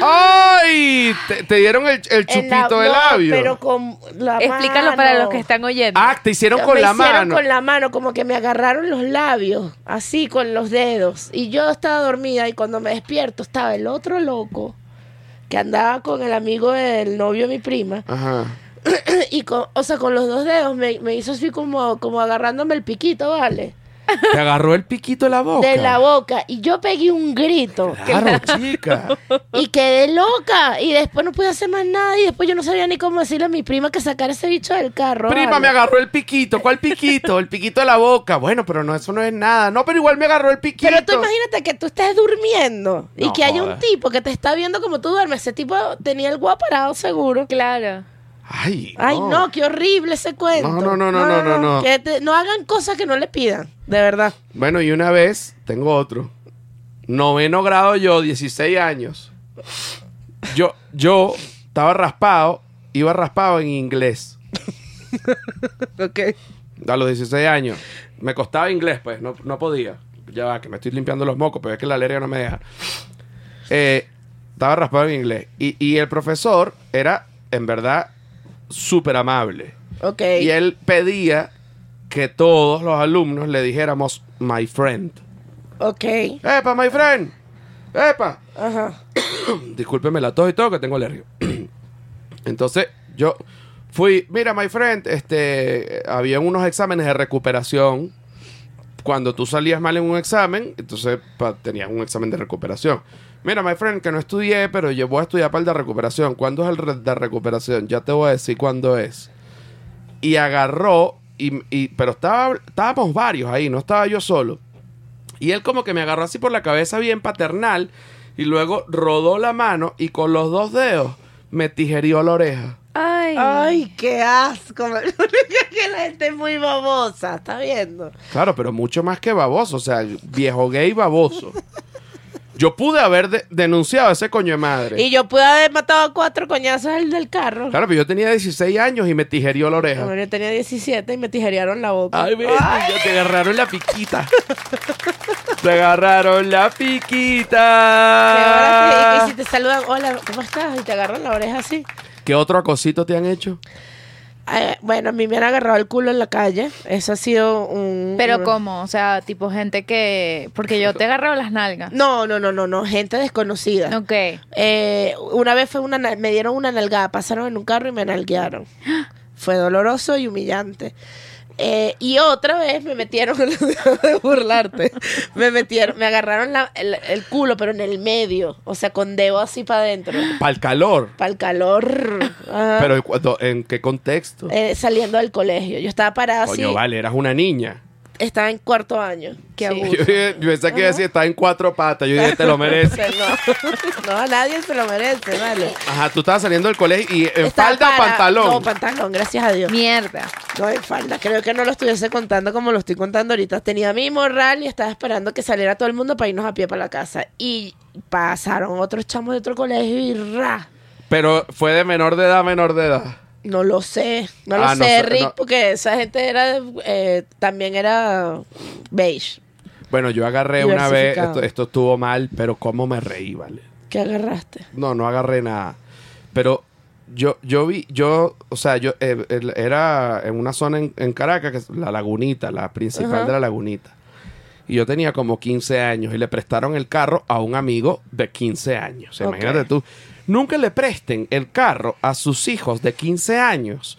S1: ¡Ay! Te, te dieron el, el
S2: En la-
S1: chupito de
S2: no,
S1: labio.
S2: Pero con la
S3: Explícalo para
S2: mano.
S3: los que están oyendo.
S1: Ah, te hicieron con
S2: me
S1: la
S2: hicieron
S1: mano.
S2: con la mano, como que me agarraron los labios, así con los dedos. Y yo estaba dormida y cuando me despierto estaba el otro loco que andaba con el amigo del novio de mi prima.
S1: Ajá.
S2: y con, o sea, con los dos dedos me, me hizo así como, como agarrándome el piquito, ¿vale?
S1: Te agarró el piquito de la boca.
S2: De la boca. Y yo pegué un grito
S1: Claro, chica.
S2: y quedé loca. Y después no pude hacer más nada. Y después yo no sabía ni cómo decirle a mi prima que sacara ese bicho del carro.
S1: Prima,
S2: vale.
S1: me agarró el piquito. ¿Cuál piquito? El piquito de la boca. Bueno, pero no, eso no es nada. No, pero igual me agarró el piquito.
S2: Pero tú imagínate que tú estés durmiendo y
S1: No
S2: que haya
S1: jodas.
S2: un tipo que te está viendo como tú duermes. Ese tipo tenía el guapo parado seguro.
S3: Claro.
S1: Ay,
S2: Ay, no, qué horrible ese cuento.
S1: No, no, no, no, no, no, no.
S2: Que te- no hagan cosas que no le pidan, de verdad.
S1: Bueno, y una vez, tengo otro. Noveno grado yo, 16 años. Yo, yo estaba raspado, iba raspado en inglés.
S2: Ok.
S1: A los 16 años. Me costaba inglés, pues, no, no podía. Ya va, que me estoy limpiando los mocos, pero es que la alergia no me deja. Eh, estaba raspado en inglés. Y, y el profesor era, en verdad, súper amable.
S2: Ok.
S1: Y él pedía que todos los alumnos le dijéramos, my friend.
S2: Ok.
S1: ¡Epa, my friend! ¡Epa!
S2: Ajá.
S1: Discúlpeme la tos y todo, que tengo alergia. Entonces, yo fui, mira, my friend, este, había unos exámenes de recuperación. Cuando tú salías mal en un examen, entonces pa- tenías un examen de recuperación. Mira, my friend, que no estudié, pero yo voy a estudiar para el de recuperación. ¿Cuándo es el re- de recuperación? Ya te voy a decir cuándo es. Y agarró, y, y- pero estaba, estábamos varios ahí, no estaba yo solo. Y él como que me agarró así por la cabeza bien paternal y luego rodó la mano y con los dos dedos me tijerió la oreja.
S3: Ay.
S2: Ay, qué asco. que la gente es muy babosa, ¿estás viendo?
S1: Claro, pero mucho más que baboso, o sea, viejo gay baboso. Yo pude haber de- denunciado a ese coño de madre.
S2: Y yo pude haber matado a cuatro coñazos al del carro.
S1: Claro, pero yo tenía 16 años y me tijerió la
S2: Bueno,
S1: oreja.
S2: Yo tenía 17 y me tijerearon la boca.
S1: Ay, mira, te agarraron la piquita. te agarraron la
S2: Que ahora
S3: Ah.
S1: piquita.
S2: sí, y si te saludan, hola, ¿cómo estás? Y te agarran la oreja así.
S1: ¿Qué otro acosito te han hecho?
S2: Eh, bueno, a mí me han agarrado el culo en la calle. Eso ha sido un...
S3: Pero
S2: un-
S3: cómo, o sea, tipo gente que... Porque yo te agarro las nalgas.
S2: No, no, no, no, no. Gente desconocida.
S3: Ok.
S2: Eh, una vez fue una, na- me dieron una nalgada, pasaron en un carro y me nalguearon. Fue doloroso y humillante. Eh, y otra vez me metieron, de burlarte, me metieron, me agarraron la- el, el culo, pero en el medio, o sea, con dedo así para adentro,
S1: Para el calor.
S2: para el calor, Ajá.
S1: Pero ¿en cuándo- ¿en qué contexto?
S2: Eh, saliendo del colegio. Yo estaba parada
S1: Coño,
S2: así,
S1: vale, eras una niña.
S2: estaba en cuarto año.
S3: Qué
S2: Sí.
S3: aburrido.
S1: Yo, dije- yo pensé que iba a decir, está en cuatro patas. Yo dije, te lo mereces.
S2: No, no, nadie se lo merece, vale.
S1: Ajá, tú estabas saliendo del colegio y en
S2: Estaba
S1: falda
S2: parada-
S1: pantalón.
S2: No, pantalón, gracias a Dios.
S3: Mierda.
S2: No, en falda. Creo que no lo estuviese contando como lo estoy contando ahorita. Tenía mi morral y estaba esperando que saliera todo el mundo para irnos a pie para la casa. Y pasaron otros chamos de otro colegio y ra.
S1: Pero fue de menor de edad, menor de edad.
S2: No lo sé, no lo
S1: Ah,
S2: sé,
S1: no sé,
S2: Rick,
S1: no.
S2: porque esa gente era eh, también era beige.
S1: Bueno, yo agarré una vez,
S2: Diversificado.
S1: esto, esto estuvo mal, pero cómo me reí, ¿vale?
S2: ¿Qué agarraste?
S1: No, no agarré nada. Pero yo, yo vi, yo, o sea, yo eh, el- era en una zona en, en Caracas, que es la lagunita, la principal
S2: Ajá.
S1: de la lagunita. Y yo tenía como 15 años y le prestaron el carro a un amigo de 15 años. O sea,
S2: Ok.
S1: Imagínate tú. Nunca le presten el carro a sus hijos de 15 años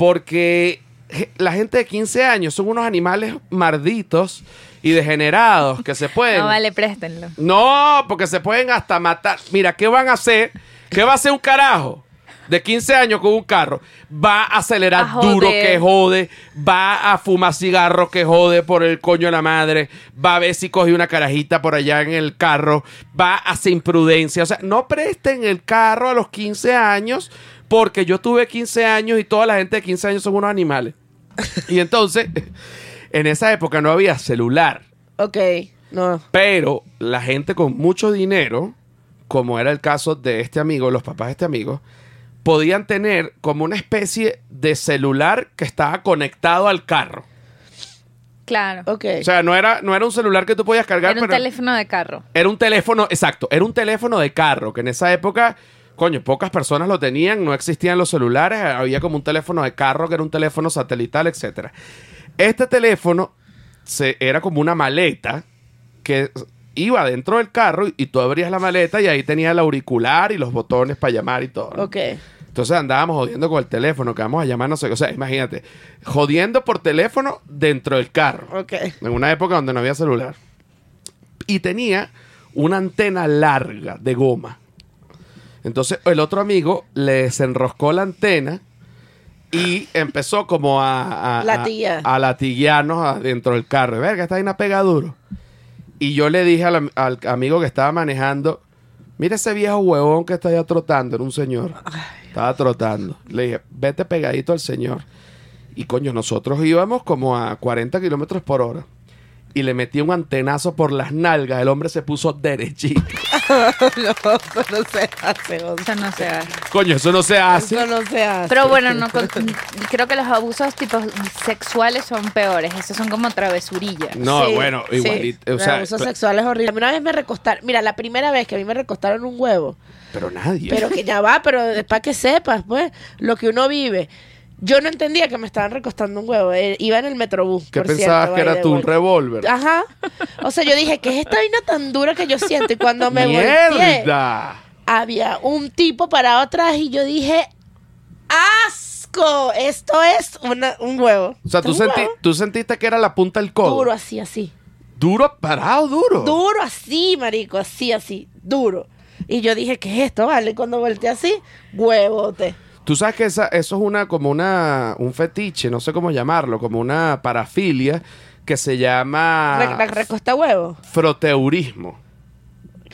S1: porque je- la gente de 15 años son unos animales marditos y degenerados que se pueden...
S3: No vale, préstenlo.
S1: No, porque se pueden hasta matar. Mira, ¿qué van a hacer? ¿Qué va a hacer un carajo de 15 años con un carro? Va a acelerar
S3: A joder.
S1: duro que jode, va a fumar cigarros que jode por el coño de la madre, va a ver si coge una carajita por allá en el carro, va a hacer imprudencia. O sea, no presten el carro a los 15 años porque yo tuve 15 años y toda la gente de 15 años son unos animales. Y entonces, en esa época no había celular.
S2: Ok, no.
S1: Pero la gente con mucho dinero, como era el caso de este amigo, los papás de este amigo, podían tener como una especie de celular que estaba conectado al carro.
S3: Claro.
S2: Ok.
S1: O sea, no era, no era un celular que tú podías cargar,
S3: Era un
S1: pero
S3: teléfono de carro.
S1: era un teléfono, exacto, era un teléfono de carro, que en esa época, coño, pocas personas lo tenían, no existían los celulares, había como un teléfono de carro que era un teléfono satelital, etcétera. Este teléfono se, era como una maleta que iba dentro del carro y, y tú abrías la maleta y ahí tenía el auricular y los botones para llamar y todo. ¿no?
S2: ok.
S1: Entonces andábamos jodiendo con el teléfono, que vamos a llamar, no sé, qué. o sea, imagínate, jodiendo por teléfono dentro del carro
S2: Ok.
S1: en una época donde no había celular. Y tenía una antena larga de goma. Entonces el otro amigo le desenroscó la antena y empezó como a, a,
S2: Latilla.
S1: a, a latillarnos adentro del carro. Verga, está ahí una pega duro. Y yo le dije al, am- al amigo que estaba manejando, mira ese viejo huevón que está allá trotando, era un señor. Estaba trotando. Le dije, vete pegadito al señor. Y coño, nosotros íbamos como a 40 kilómetros por hora. Y le metí un antenazo por las nalgas. El hombre se puso derechito.
S2: no, eso no se hace. o sea,
S3: Eso no se hace.
S1: Coño, eso no se hace.
S2: Eso no se hace.
S3: Pero bueno, no con- creo que los abusos tipo sexuales son peores. Esos son como travesurillas.
S1: No,
S2: Sí,
S1: bueno,
S2: sí.
S1: igualito. O
S2: El
S1: sea,
S2: abuso
S1: cla-
S2: sexual es horrible. A mí una vez me recostaron. Mira, la primera vez que a mí me recostaron un huevo.
S1: pero nadie.
S2: Pero que ya va, pero es para que sepas, pues, lo que uno vive. Yo no entendía que me estaban recostando un huevo. eh, Iba en el metrobús.
S1: ¿Qué
S2: por
S1: pensabas
S2: cierto,
S1: que
S2: by
S1: era
S2: the
S1: tu
S2: way. Ah,
S1: revólver?
S2: Ajá. O sea, yo dije, ¿qué es esta vaina tan dura que yo siento? Y cuando me volteé,
S1: ¡Mierda!
S2: había un tipo parado atrás y yo dije, ¡asco! Esto es una- un huevo.
S1: O sea, tú,
S2: Esto es un
S1: senti-
S2: huevo.
S1: tú sentiste que era la punta del codo.
S2: Duro así, así.
S1: Duro, parado, duro.
S2: Duro así, marico, así, así, duro. Y yo dije, ¿qué es esto, vale? Y Cuando volteé así, huevote.
S1: Tú sabes que esa- eso es una como una un fetiche, no sé cómo llamarlo, como una parafilia que se
S2: Re-
S1: llama
S2: re- recosta huevo.
S1: froteurismo.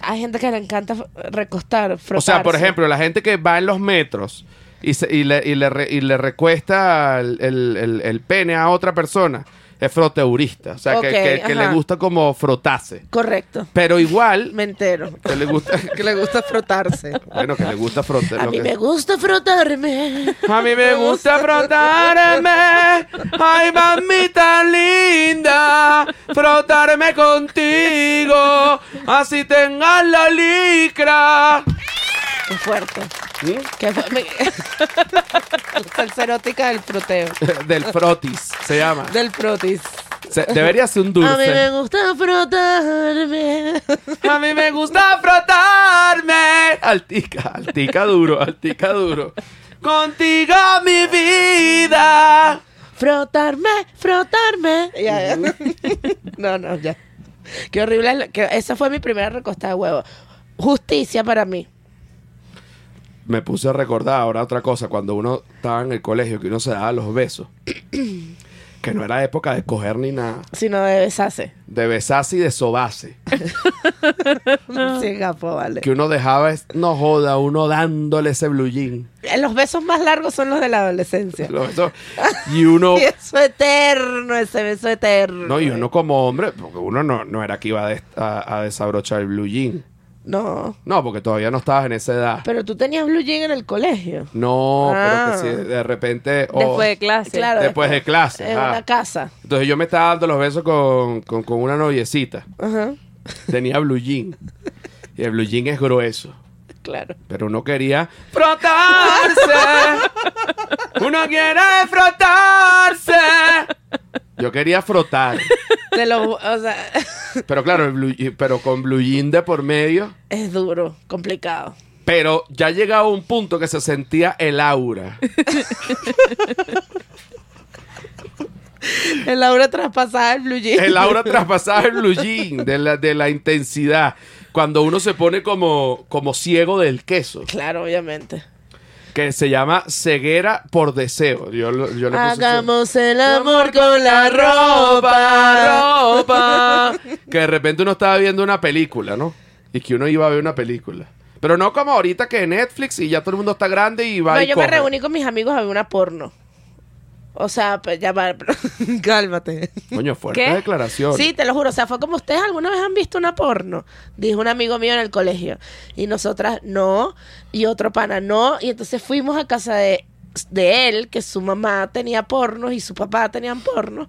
S2: Hay gente que le encanta f- recostar,
S1: O sea, por
S2: frotarse.
S1: ejemplo, la gente que va en los metros y, se- y, le, y le re- y le recuesta el, el- el- el pene a otra persona es froteurista. O sea, que-
S2: Ok,
S1: que, que le
S2: ajá.
S1: gusta como frotarse.
S2: Correcto,
S1: Pero igual,
S2: me entero.
S1: que le gusta,
S2: Que le gusta frotarse.
S1: bueno, que le gusta frotar.
S2: A
S1: lo
S2: mí
S1: que-
S2: me gusta frotarme.
S1: A mí me gusta frotarme, ay mamita linda, frotarme contigo, así tengas la licra. ¿Mm?
S2: Qué fuerte. Qué fu- me- Salsa erótica del froteo.
S1: Del frotis, se llama.
S2: Del frotis.
S1: Se- debería ser un
S2: A mí me
S1: dulce.
S2: gusta frotarme.
S1: A mí me gusta frotarme. Altica, altica duro, altica duro. Contigo mi vida.
S2: Frotarme, frotarme. Ya, ya. no, no, ya. Qué horrible. es lo- que- esa fue mi primera recostada de huevo. Justicia para mí.
S1: me puse a recordar ahora otra cosa, cuando uno estaba en el colegio, que uno se daba los besos, que no era época de coger ni nada,
S2: Si no de besarse.
S1: de besarse y de sobarse,
S2: Sí, capo, vale.
S1: que uno dejaba, es- no joda, uno dándole ese blue jean.
S2: Eh, Los besos más largos son los de la adolescencia.
S1: Los besos, y uno,
S2: Y eso eterno, ese beso eterno.
S1: no, y uno como hombre, porque uno no, no era que iba a, des- a- a desabrochar el blue jean.
S2: No.
S1: No, porque todavía no estabas en esa edad.
S2: Pero tú tenías blue jean en el colegio.
S1: No,
S2: Ah.
S1: pero que si de repente... o
S3: Después de clase.
S2: Claro.
S1: después de clase,
S2: En
S1: ajá.
S2: una casa.
S1: Entonces yo me estaba dando los besos con, con- con una noviecita.
S2: Ajá.
S1: Tenía blue jean. Y el blue jean es grueso.
S2: Claro.
S1: Pero uno quería frotarse. Uno quiere frotarse. Yo quería frotar.
S2: Te lo, o sea,
S1: Pero claro, el blue je- pero con blue jean de por medio.
S2: es duro, complicado.
S1: Pero ya llegaba un punto que se sentía el aura.
S2: El aura traspasada del blue jean.
S1: El aura traspasaba el blue jean de la, de la intensidad. Cuando uno se pone como, como ciego del queso,
S2: Claro, obviamente.
S1: que se llama ceguera por deseo. Yo, lo- yo le puse eso.
S2: Hagamos el amor con la ropa.
S1: ropa, ropa. que de repente uno estaba viendo una película, ¿no? Y que uno iba a ver una película. Pero no como ahorita que Netflix y ya todo el mundo está grande y va
S2: No,
S1: y
S2: yo me
S1: corre.
S2: reuní con mis amigos a ver una porno. O sea, pues ya va. pero- Cálmate.
S1: Coño, fuerte
S3: ¿Qué?
S1: declaración.
S2: Sí, te lo juro. O sea, fue como ustedes alguna vez han visto una porno. Dijo un amigo mío en el colegio. Y nosotras no. Y otro pana no. Y entonces fuimos a casa de, de él, que su mamá tenía pornos y su papá tenían pornos.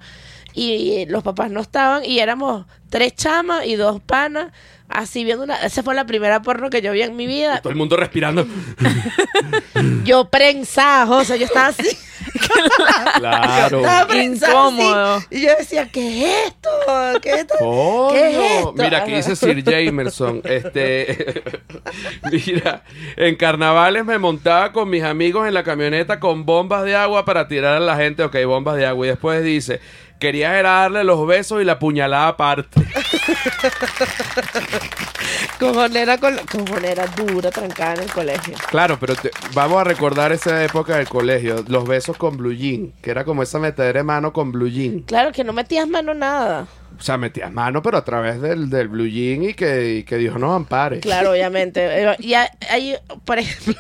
S2: Y los papás no estaban. Y éramos tres chamas y dos panas. Así viendo una. Esa fue la primera porno que yo vi en mi vida.
S1: Todo el mundo respirando.
S2: Yo prensa, o sea, yo estaba así.
S1: claro.
S2: Estaba prensada así.
S3: Incómodo.
S2: Y yo decía, ¿qué es esto? ¿Qué es esto?
S1: Coño.
S2: ¿Qué es esto?
S1: Mira, aquí
S2: Ajá.
S1: dice Sir Jamerson. Este, mira, en carnavales me montaba con mis amigos en la camioneta con bombas de agua para tirar a la gente. Ok, bombas de agua. Y después dice, quería era darle los besos y la puñalada aparte.
S2: Cojonera, con, cojonera dura, trancada en el colegio.
S1: Claro, pero te- vamos a recordar esa época del colegio, los besos con blue jean, que era como esa metedera de mano con blue jean.
S2: Claro que no metías mano nada.
S1: O sea, metías mano, pero a través del, del blue jean y que, y que Dios nos ampare.
S2: Claro, obviamente. Eh, Y hay- hay, por ejemplo,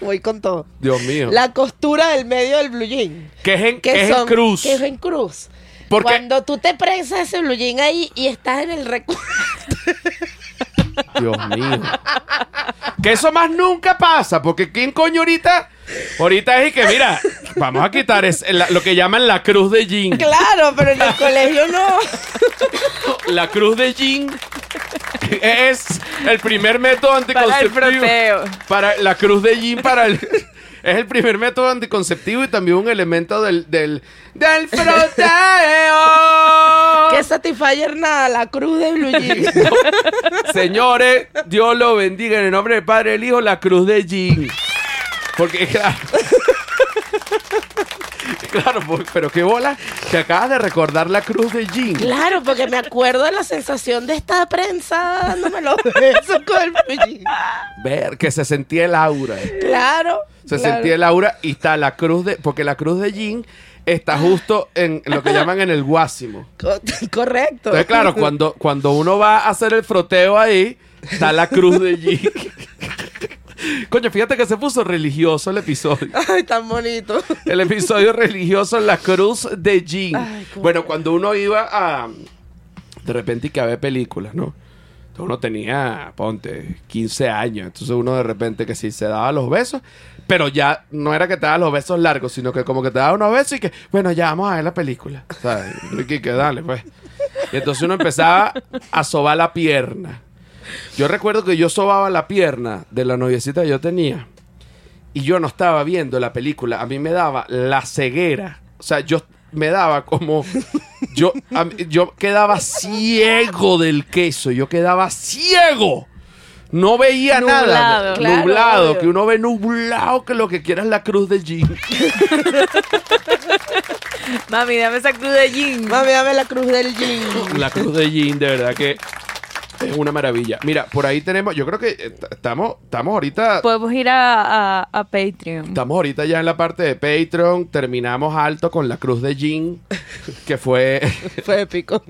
S2: voy con todo.
S1: Dios mío.
S2: La costura del medio del blue jean.
S1: que es en,
S2: Que
S1: es en
S2: son,
S1: cruz.
S2: Que es en cruz.
S1: Porque-
S2: Cuando tú te prensas ese blue jean ahí y estás en el recuerdo.
S1: Dios mío. Que eso más nunca pasa, porque ¿quién coño ahorita? Ahorita es y que, mira, vamos a quitar es, la- lo que llaman la cruz de jean.
S2: Claro, pero en el colegio no.
S1: La cruz de jean es el primer método
S3: Para el
S1: anticonceptivo.
S3: froteo.
S1: Para la cruz de jean para el... Es el primer método anticonceptivo y también un elemento del... del, del froteo.
S2: Que Satisfyer nada, la cruz del blue jean.
S1: Señores, Dios lo bendiga en el nombre del Padre, el Hijo, la cruz de Jean. Porque, claro. claro, por- pero qué bola. Te acabas de recordar la cruz de Jean.
S2: Claro, porque me acuerdo de la sensación de esta prensa dándome los besos con el blue jean.
S1: Ver que se sentía el aura.
S2: Claro.
S1: Se
S2: claro.
S1: sentía el aura y está la cruz de. Porque la cruz de Jean está justo en lo que llaman en el guásimo.
S2: Co- Correcto.
S1: Entonces, claro, cuando, cuando uno va a hacer el froteo ahí, está la cruz de Jean. Coño, fíjate que se puso religioso el episodio.
S2: Ay, tan bonito.
S1: El episodio religioso en la cruz de Jean.
S2: Ay, cómo
S1: bueno, cuando uno iba a. De repente y que a ver películas, ¿no? Entonces Uno tenía, ponte, 15 años. Entonces uno de repente que sí se daba los besos, pero ya no era que te daba los besos largos, sino que como que te daba unos besos y que, bueno, ya vamos a ver la película. O sea, y que, que dale, pues. Y entonces uno empezaba a sobar la pierna. Yo recuerdo que yo sobaba la pierna de la noviecita que yo tenía y yo no estaba viendo la película, a mí me daba la ceguera. O sea, yo me daba como... Yo, a mí- yo quedaba ciego del queso, yo quedaba ciego. No veía nada.
S3: Nublado.
S2: Claro,
S1: nublado,
S2: obvio.
S1: que uno ve nublado que lo que quiera es la cruz de Jean.
S3: Mami, dame esa cruz de jean.
S2: Mami, dame la cruz del jean.
S1: La cruz de Jean, de verdad que es una maravilla. Mira, por ahí tenemos, yo creo que eh, t- estamos, estamos ahorita...
S3: Podemos ir a, a- a Patreon.
S1: Estamos ahorita ya en la parte de Patreon, terminamos alto con la cruz de Jean, que fue
S2: Fue épico.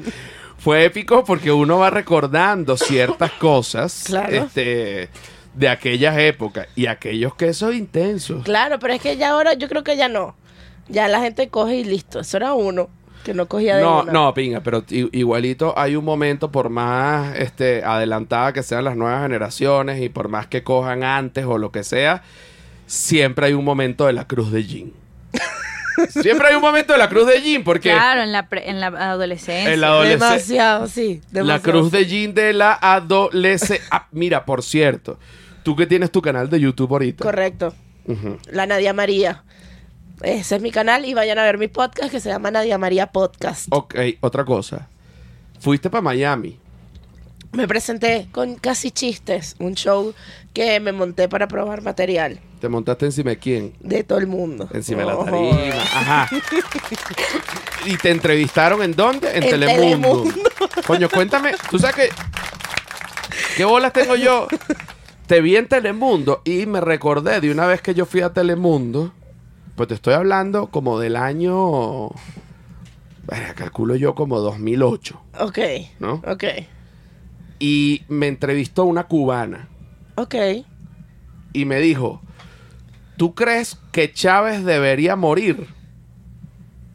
S1: fue épico porque uno va recordando ciertas cosas
S2: Claro.
S1: este, de aquellas épocas y aquellos quesos intensos.
S2: Claro, pero es que ya ahora yo creo que ya no. Ya la gente coge y listo. Eso era uno que no cogía de
S1: No,
S2: una.
S1: no, pinga, pero i- igualito hay un momento, por más este, adelantada que sean las nuevas generaciones y por más que cojan antes o lo que sea, siempre hay un momento de la cruz de Jean. siempre hay un momento de la cruz de Jean porque
S3: Claro, en la, pre- en la adolescencia.
S1: el adolescente...
S2: Demasiado, sí.
S1: La
S2: demasiado.
S1: cruz de Jean de la adolescencia. Ah, mira, por cierto, tú que tienes tu canal de YouTube ahorita.
S2: Correcto.
S1: Ujú.
S2: La Nadia María. Ese es mi canal y vayan a ver mi podcast que se llama Nadia María Podcast.
S1: Ok, otra cosa. Fuiste para Miami.
S2: Me presenté con Casi Chistes, un show que me monté para probar material
S1: Te montaste encima de quién?
S2: de todo el mundo.
S1: Encima de la
S2: No,
S1: tarima. Ajá. ¿Y te entrevistaron en dónde? En,
S2: En
S1: Telemundo.
S2: Telemundo.
S1: Coño, cuéntame. Tú sabes que. ¿Qué bolas tengo yo? Te vi en Telemundo y me recordé de una vez que yo fui a Telemundo. Pues te estoy hablando como del año. Bueno, calculo yo como 2008.
S2: Ok.
S1: ¿No?
S2: Ok.
S1: Y me entrevistó una cubana.
S2: Ok.
S1: y me dijo, ¿tú crees que Chávez debería morir?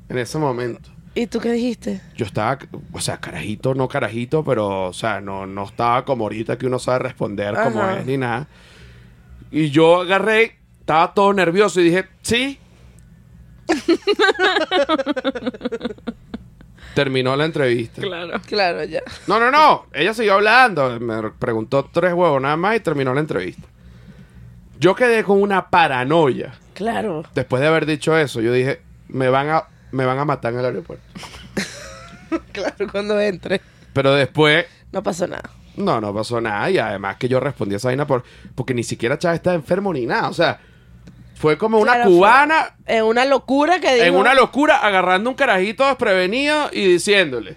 S1: En ese momento.
S2: ¿Y tú qué dijiste?
S1: Yo estaba, o sea, carajito, no carajito, pero, o sea, no, no estaba como ahorita que uno sabe responder como
S2: Ajá.
S1: es ni nada. Y yo agarré, estaba todo nervioso y dije, sí. Terminó la entrevista.
S3: Claro.
S2: Claro, ya.
S1: No, no, no. Ella siguió hablando. Me preguntó tres huevos nada más y terminó la entrevista. Yo quedé con una paranoia.
S2: Claro.
S1: Después de haber dicho eso, yo dije, me van a, me van a matar en el aeropuerto.
S2: Claro, cuando entre.
S1: Pero después,
S2: No pasó nada.
S1: no, no pasó nada. Y además que yo respondí a esa vaina por, porque ni siquiera Chávez estaba enfermo ni nada. O sea, fue como una
S2: Claro,
S1: cubana
S2: Es una locura que dijo.
S1: en una locura agarrando un carajito desprevenido y diciéndole,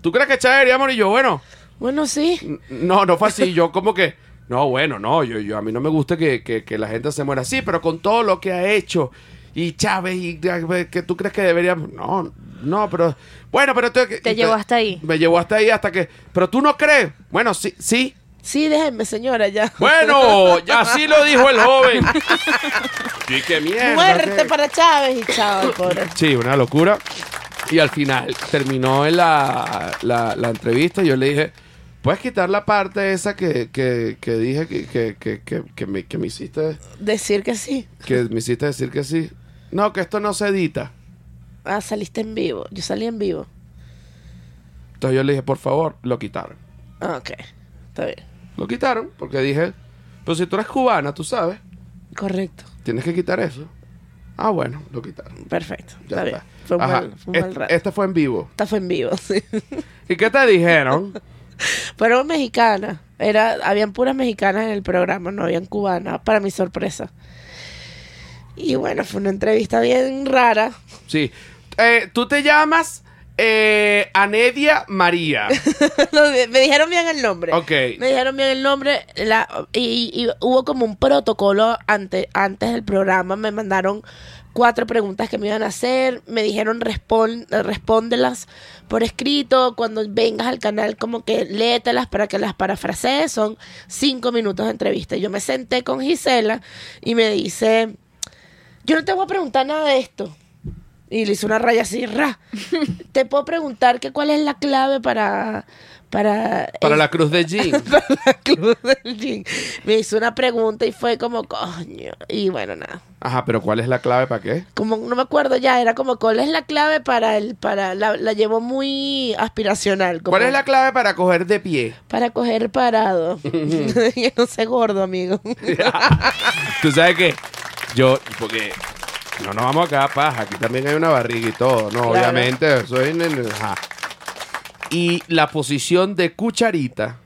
S1: ¿tú crees que Chávez debería morir? Y yo, bueno,
S2: Bueno, sí.
S1: N- No, no fue así. Yo como que... No, bueno, no. Yo, yo, a mí no me gusta que, que- que la gente se muera así, pero con todo lo que ha hecho. Y Chávez, y eh, que tú crees que deberíamos... No, no, pero... Bueno, pero... tú-
S3: Te llevó hasta ahí.
S1: Me llevó hasta ahí hasta que... Pero tú no crees. Bueno, sí, sí.
S2: Sí, déjenme, señora, ya.
S1: Bueno, ya así lo dijo el joven. Y qué mierda.
S2: Muerte
S1: qué-
S2: para Chávez y chao, el pobre.
S1: Sí, una locura. Y al final terminó en la, la, la entrevista. Yo le dije, ¿puedes quitar la parte esa que, que, que dije que, que, que, que, que me, que, me hiciste,
S2: Decir que sí.
S1: que me hiciste decir que sí? No, que esto no se edita.
S2: Ah, saliste en vivo. Yo salí en vivo.
S1: Entonces yo le dije, por favor, lo quitaron.
S2: Ah, ok. Está bien.
S1: Lo quitaron porque dije, pero si tú eres cubana, tú sabes,
S2: Correcto.
S1: tienes que quitar eso. Ah, bueno, lo quitaron.
S2: Perfecto.
S1: Ya está.
S2: está, bien. Fue un,
S1: Ajá.
S2: mal, fue un mal
S1: Este-
S2: rato.
S1: este fue en vivo.
S2: Esta fue en vivo, sí.
S1: ¿Y qué te dijeron?
S2: Pero mexicana. Era, habían puras mexicanas en el programa, no habían cubanas, para mi sorpresa. Y bueno, fue una entrevista bien rara.
S1: Sí. Eh, tú te llamas eh, Anedia María.
S2: No, me, me dijeron bien el nombre.
S1: Ok.
S2: Me dijeron bien el nombre. La, y, y hubo como un protocolo ante, antes del programa. Me mandaron cuatro preguntas que me iban a hacer. Me dijeron respon, eh, respóndelas por escrito. Cuando vengas al canal, como que léetelas para que las parafrasees. Son cinco minutos de entrevista. Yo me senté con Gisela y me dice: Yo no te voy a preguntar nada de esto. Y le hice una raya así, ra. Te puedo preguntar que cuál es la clave para. Para,
S1: Para la cruz de Jean.
S2: la Club del Gym. Me hizo una pregunta y fue como, coño. Y bueno, nada.
S1: Ajá, pero ¿cuál es la clave para qué?
S2: Como no me acuerdo ya, era como, ¿cuál es la clave para el, para, la, la llevó muy aspiracional. como,
S1: ¿Cuál es la clave para coger de pie?
S2: Para coger parado. Yo no sé gordo, amigo.
S1: Tú sabes que yo, porque no nos vamos a quedar paja, aquí también hay una barriga y todo, no,
S2: Claro.
S1: obviamente, eso es en el- ajá. Y la posición de cucharita,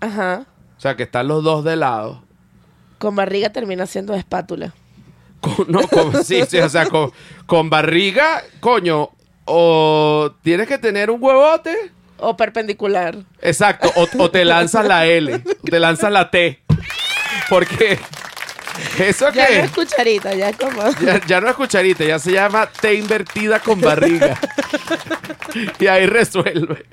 S2: Ajá.
S1: o sea, que están los dos de lado.
S2: Con barriga termina siendo espátula.
S1: Con- no, con, sí, sí, o sea, con, con barriga, coño, o tienes que tener un huevote.
S2: O perpendicular.
S1: Exacto, o, o te lanzas la L, o te lanzas la T. Porque eso
S2: Ya no
S1: que
S2: es cucharita, ya es como.
S1: ya, ya no es cucharita, ya se llama T invertida con barriga. y ahí resuelve.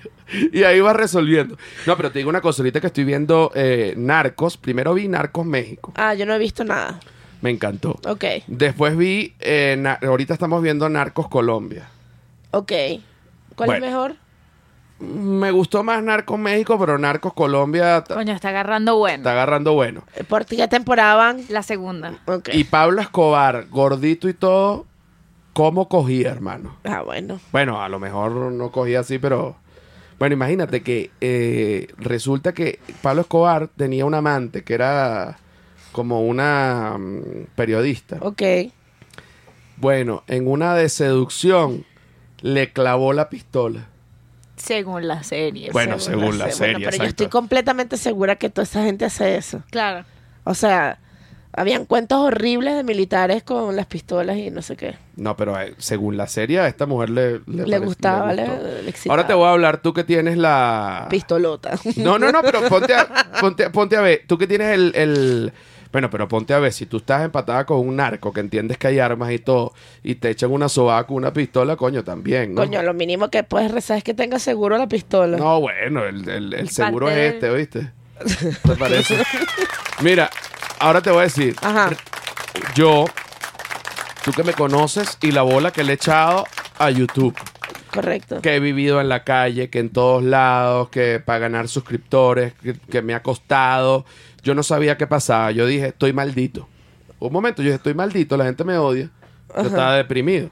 S1: Y ahí vas resolviendo. No, pero te digo una cosa, ahorita que estoy viendo eh, Narcos, primero vi Narcos México,
S2: Ah, yo no he visto nada.
S1: me encantó.
S2: Ok.
S1: Después vi, eh, na- ahorita estamos viendo Narcos Colombia.
S2: Ok. ¿Cuál
S1: Bueno.
S2: es mejor?
S1: Me gustó más Narcos México, pero Narcos Colombia ta-
S3: Coño, está agarrando bueno.
S1: está agarrando bueno.
S2: Eh, ¿Por qué temporada van?
S3: La segunda.
S2: Ok.
S1: Y Pablo Escobar, gordito y todo, ¿cómo cogía, hermano?
S2: Ah, bueno.
S1: Bueno, a lo mejor no cogía así, pero Bueno, imagínate que eh, resulta que Pablo Escobar tenía un amante que era como una mm, periodista.
S2: Ok.
S1: Bueno, en una de seducción le clavó la pistola.
S3: Según la serie.
S1: Bueno, según la
S2: se-
S1: serie,
S2: Pero yo
S1: exacto.
S2: estoy completamente segura que toda esa gente hace eso.
S3: Claro.
S2: O sea, habían cuentos horribles de militares con las pistolas y no sé qué.
S1: No, pero eh, según la serie, a esta mujer le,
S2: Le,
S1: pare-
S2: gustaba, le,
S1: gustó.
S2: le excitaba.
S1: Ahora te voy a hablar tú que tienes la...
S2: Pistolota.
S1: No, no, no, pero ponte a, ponte, a- ponte a ver. Tú que tienes el, el- Bueno, pero ponte a ver. Si tú estás empatada con un narco, que entiendes que hay armas y todo, y te echan una sobaca con una pistola, coño, también, ¿no?
S2: Coño, lo mínimo que puedes rezar es que tenga seguro la pistola.
S1: No, bueno, el, el- el seguro
S3: Parte
S1: es
S3: del-
S1: este, ¿oíste? ¿Te parece? Mira, ahora te voy a decir.
S2: Ajá.
S1: Yo, tú que me conoces y la bola que le he echado a YouTube.
S2: Correcto.
S1: que he vivido en la calle, que en todos lados, que para ganar suscriptores, que, que me ha costado. Yo no sabía qué pasaba. Yo dije, estoy maldito. Un momento, yo dije, estoy maldito, la gente me odia. Yo estaba deprimido.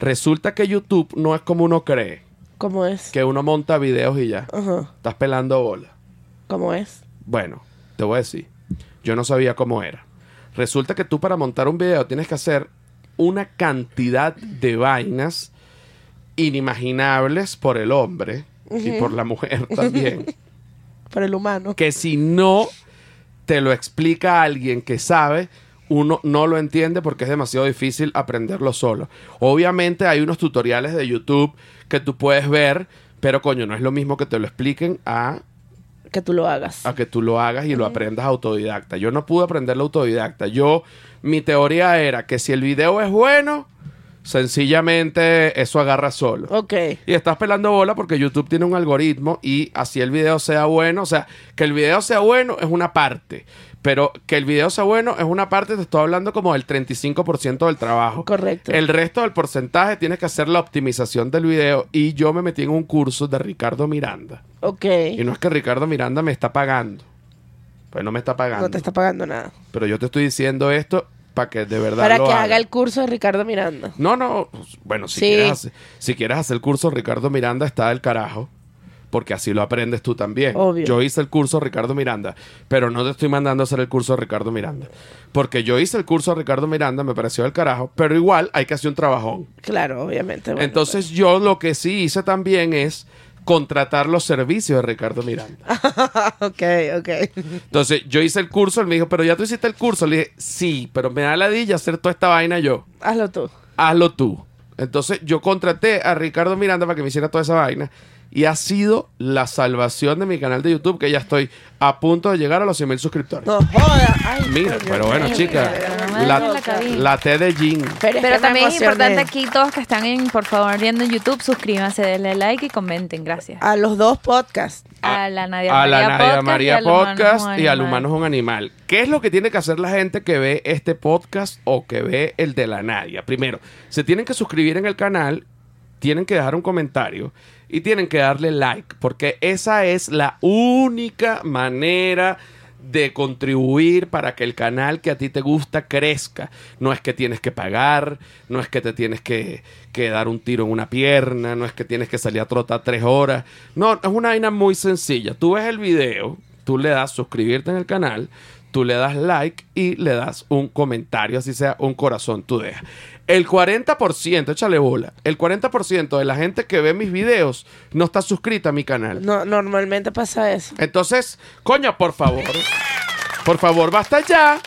S1: Resulta que YouTube no es como uno cree,
S2: ¿Cómo es?
S1: que uno monta videos y ya.
S2: Ajá.
S1: Estás pelando bola.
S2: ¿Cómo es?
S1: Bueno, te voy a decir. Yo no sabía cómo era. Resulta que tú para montar un video tienes que hacer una cantidad de vainas inimaginables por el hombre y por la mujer también.
S2: Por el humano.
S1: que si no te lo explica alguien que sabe, uno no lo entiende porque es demasiado difícil aprenderlo solo. Obviamente hay unos tutoriales de YouTube que tú puedes ver, pero coño, no es lo mismo que te lo expliquen a
S2: Que tú lo hagas.
S1: a que tú lo hagas y lo aprendas autodidacta. Yo no pude aprenderlo autodidacta. Yo, mi teoría era que si el video es bueno, sencillamente eso agarra solo.
S2: Ok.
S1: Y estás pelando bola porque YouTube tiene un algoritmo y así el video sea bueno. O sea, que el video sea bueno es una parte. Pero que el video sea bueno es una parte, te estoy hablando como del 35% del trabajo.
S2: Correcto.
S1: El resto del porcentaje tienes que hacer la optimización del video. Y yo me metí en un curso de Ricardo Miranda.
S2: Ok.
S1: Y no es que Ricardo Miranda me está pagando. Pues no me está pagando.
S2: No te está pagando nada.
S1: Pero yo te estoy diciendo esto para que de verdad
S2: Para
S1: lo
S2: que haga el curso de Ricardo Miranda.
S1: No, no. pues, Bueno, si,
S2: Sí.
S1: quieres hacer, si quieres hacer el curso Ricardo Miranda, está del carajo. Porque así lo aprendes tú también.
S2: Obvio.
S1: Yo hice el curso Ricardo Miranda, pero no te estoy mandando a hacer el curso Ricardo Miranda. Porque yo hice el curso Ricardo Miranda, me pareció del carajo, pero igual hay que hacer un trabajón.
S2: Claro, obviamente. bueno, pues.
S1: Entonces yo lo que sí hice también es contratar los servicios de Ricardo Miranda.
S2: ok, ok.
S1: Entonces, yo hice el curso, él me dijo, pero ya tú hiciste el curso. Le dije, sí, pero me da ladilla hacer toda esta vaina yo.
S2: Hazlo tú.
S1: Hazlo tú. Entonces, yo contraté a Ricardo Miranda para que me hiciera toda esa vaina. Y ha sido la salvación de mi canal de YouTube, que ya estoy a punto de llegar a los 100 mil suscriptores.
S2: No joda. Ay,
S1: Mira,
S2: coño,
S1: pero bueno,
S2: mira,
S1: chica,
S2: mira, mira,
S1: la,
S2: mira,
S3: la cabina.
S1: la T de Jin.
S2: Pero, es que
S3: Pero
S2: me
S3: también es
S2: emocioné.
S3: importante aquí, todos que están en, por favor, viendo en YouTube, suscríbanse, denle like y comenten. Gracias.
S2: A los dos podcasts.
S3: A, la Nadia
S1: a
S3: María
S1: la Nadia
S3: Podcast
S1: María
S3: y al Humano
S1: Podcast y al
S3: Animal.
S1: humano es un animal. ¿Qué es lo que tiene que hacer la gente que ve este podcast o que ve el de la Nadia? Primero, se tienen que suscribir en el canal, tienen que dejar un comentario y tienen que darle like, porque esa es la única manera de contribuir para que el canal que a ti te gusta crezca. No es que tienes que pagar, no es que te tienes que, que dar un tiro en una pierna, no es que tienes que salir a trotar tres horas. No, es una vaina muy sencilla. Tú ves el video, tú le das suscribirte en el canal, tú le das like y le das un comentario, así sea un corazón, tú dejas. El 40%, échale bola, el 40% de la gente que ve mis videos no está suscrita a mi canal.
S2: No, normalmente pasa eso.
S1: Entonces, coño, por favor. Por favor, basta ya.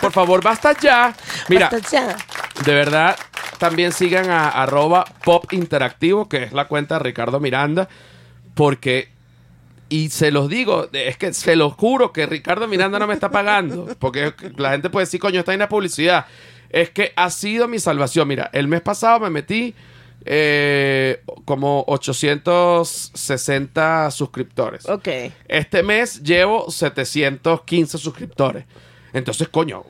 S1: Por favor, basta ya. Mira,
S2: Basta ya.
S1: de verdad, también sigan a arroba pop interactivo, que es la cuenta de Ricardo Miranda, porque, y se los digo, es que se los juro que Ricardo Miranda no me está pagando, porque la gente puede decir, coño, está en la publicidad. Es que ha sido mi salvación. Mira, el mes pasado me metí eh, como 860 suscriptores.
S2: Ok.
S1: Este mes llevo 715 suscriptores. Entonces, coño,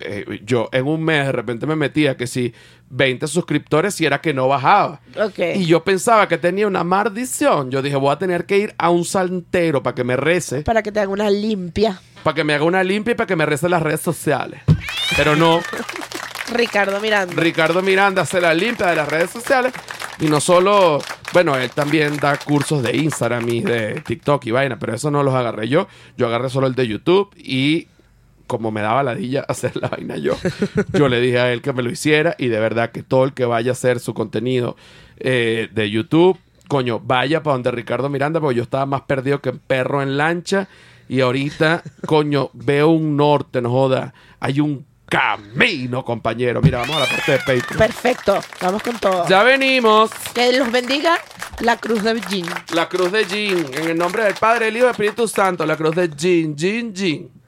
S1: eh, yo en un mes de repente me metía que si 20 suscriptores y era que no bajaba.
S2: Ok.
S1: Y yo pensaba que tenía una maldición. Yo dije, voy a tener que ir a un santero para que me rece,
S2: Para que te haga una limpia.
S1: para que me haga una limpia y para que me rece las redes sociales. Pero no,
S2: Ricardo Miranda.
S1: Ricardo Miranda se la limpia de las redes sociales y no solo Bueno, él también da cursos de Instagram y de TikTok y vaina, pero eso no los agarré yo. Yo agarré solo el de YouTube y como me daba ladilla hacer la vaina yo, yo le dije a él que me lo hiciera y de verdad que todo el que vaya a hacer su contenido eh, de YouTube, coño, vaya para donde Ricardo Miranda, porque yo estaba más perdido que un perro en lancha y ahorita, coño, veo un norte, no joda, hay un camino, compañero. Mira, vamos a la parte de Patreon.
S2: Perfecto, vamos con todo.
S1: ya venimos.
S2: Que los bendiga la cruz de Jean.
S1: La cruz de Jin, en el nombre del Padre, el Hijo y del Espíritu Santo, la cruz de Jin, Jin, Jin.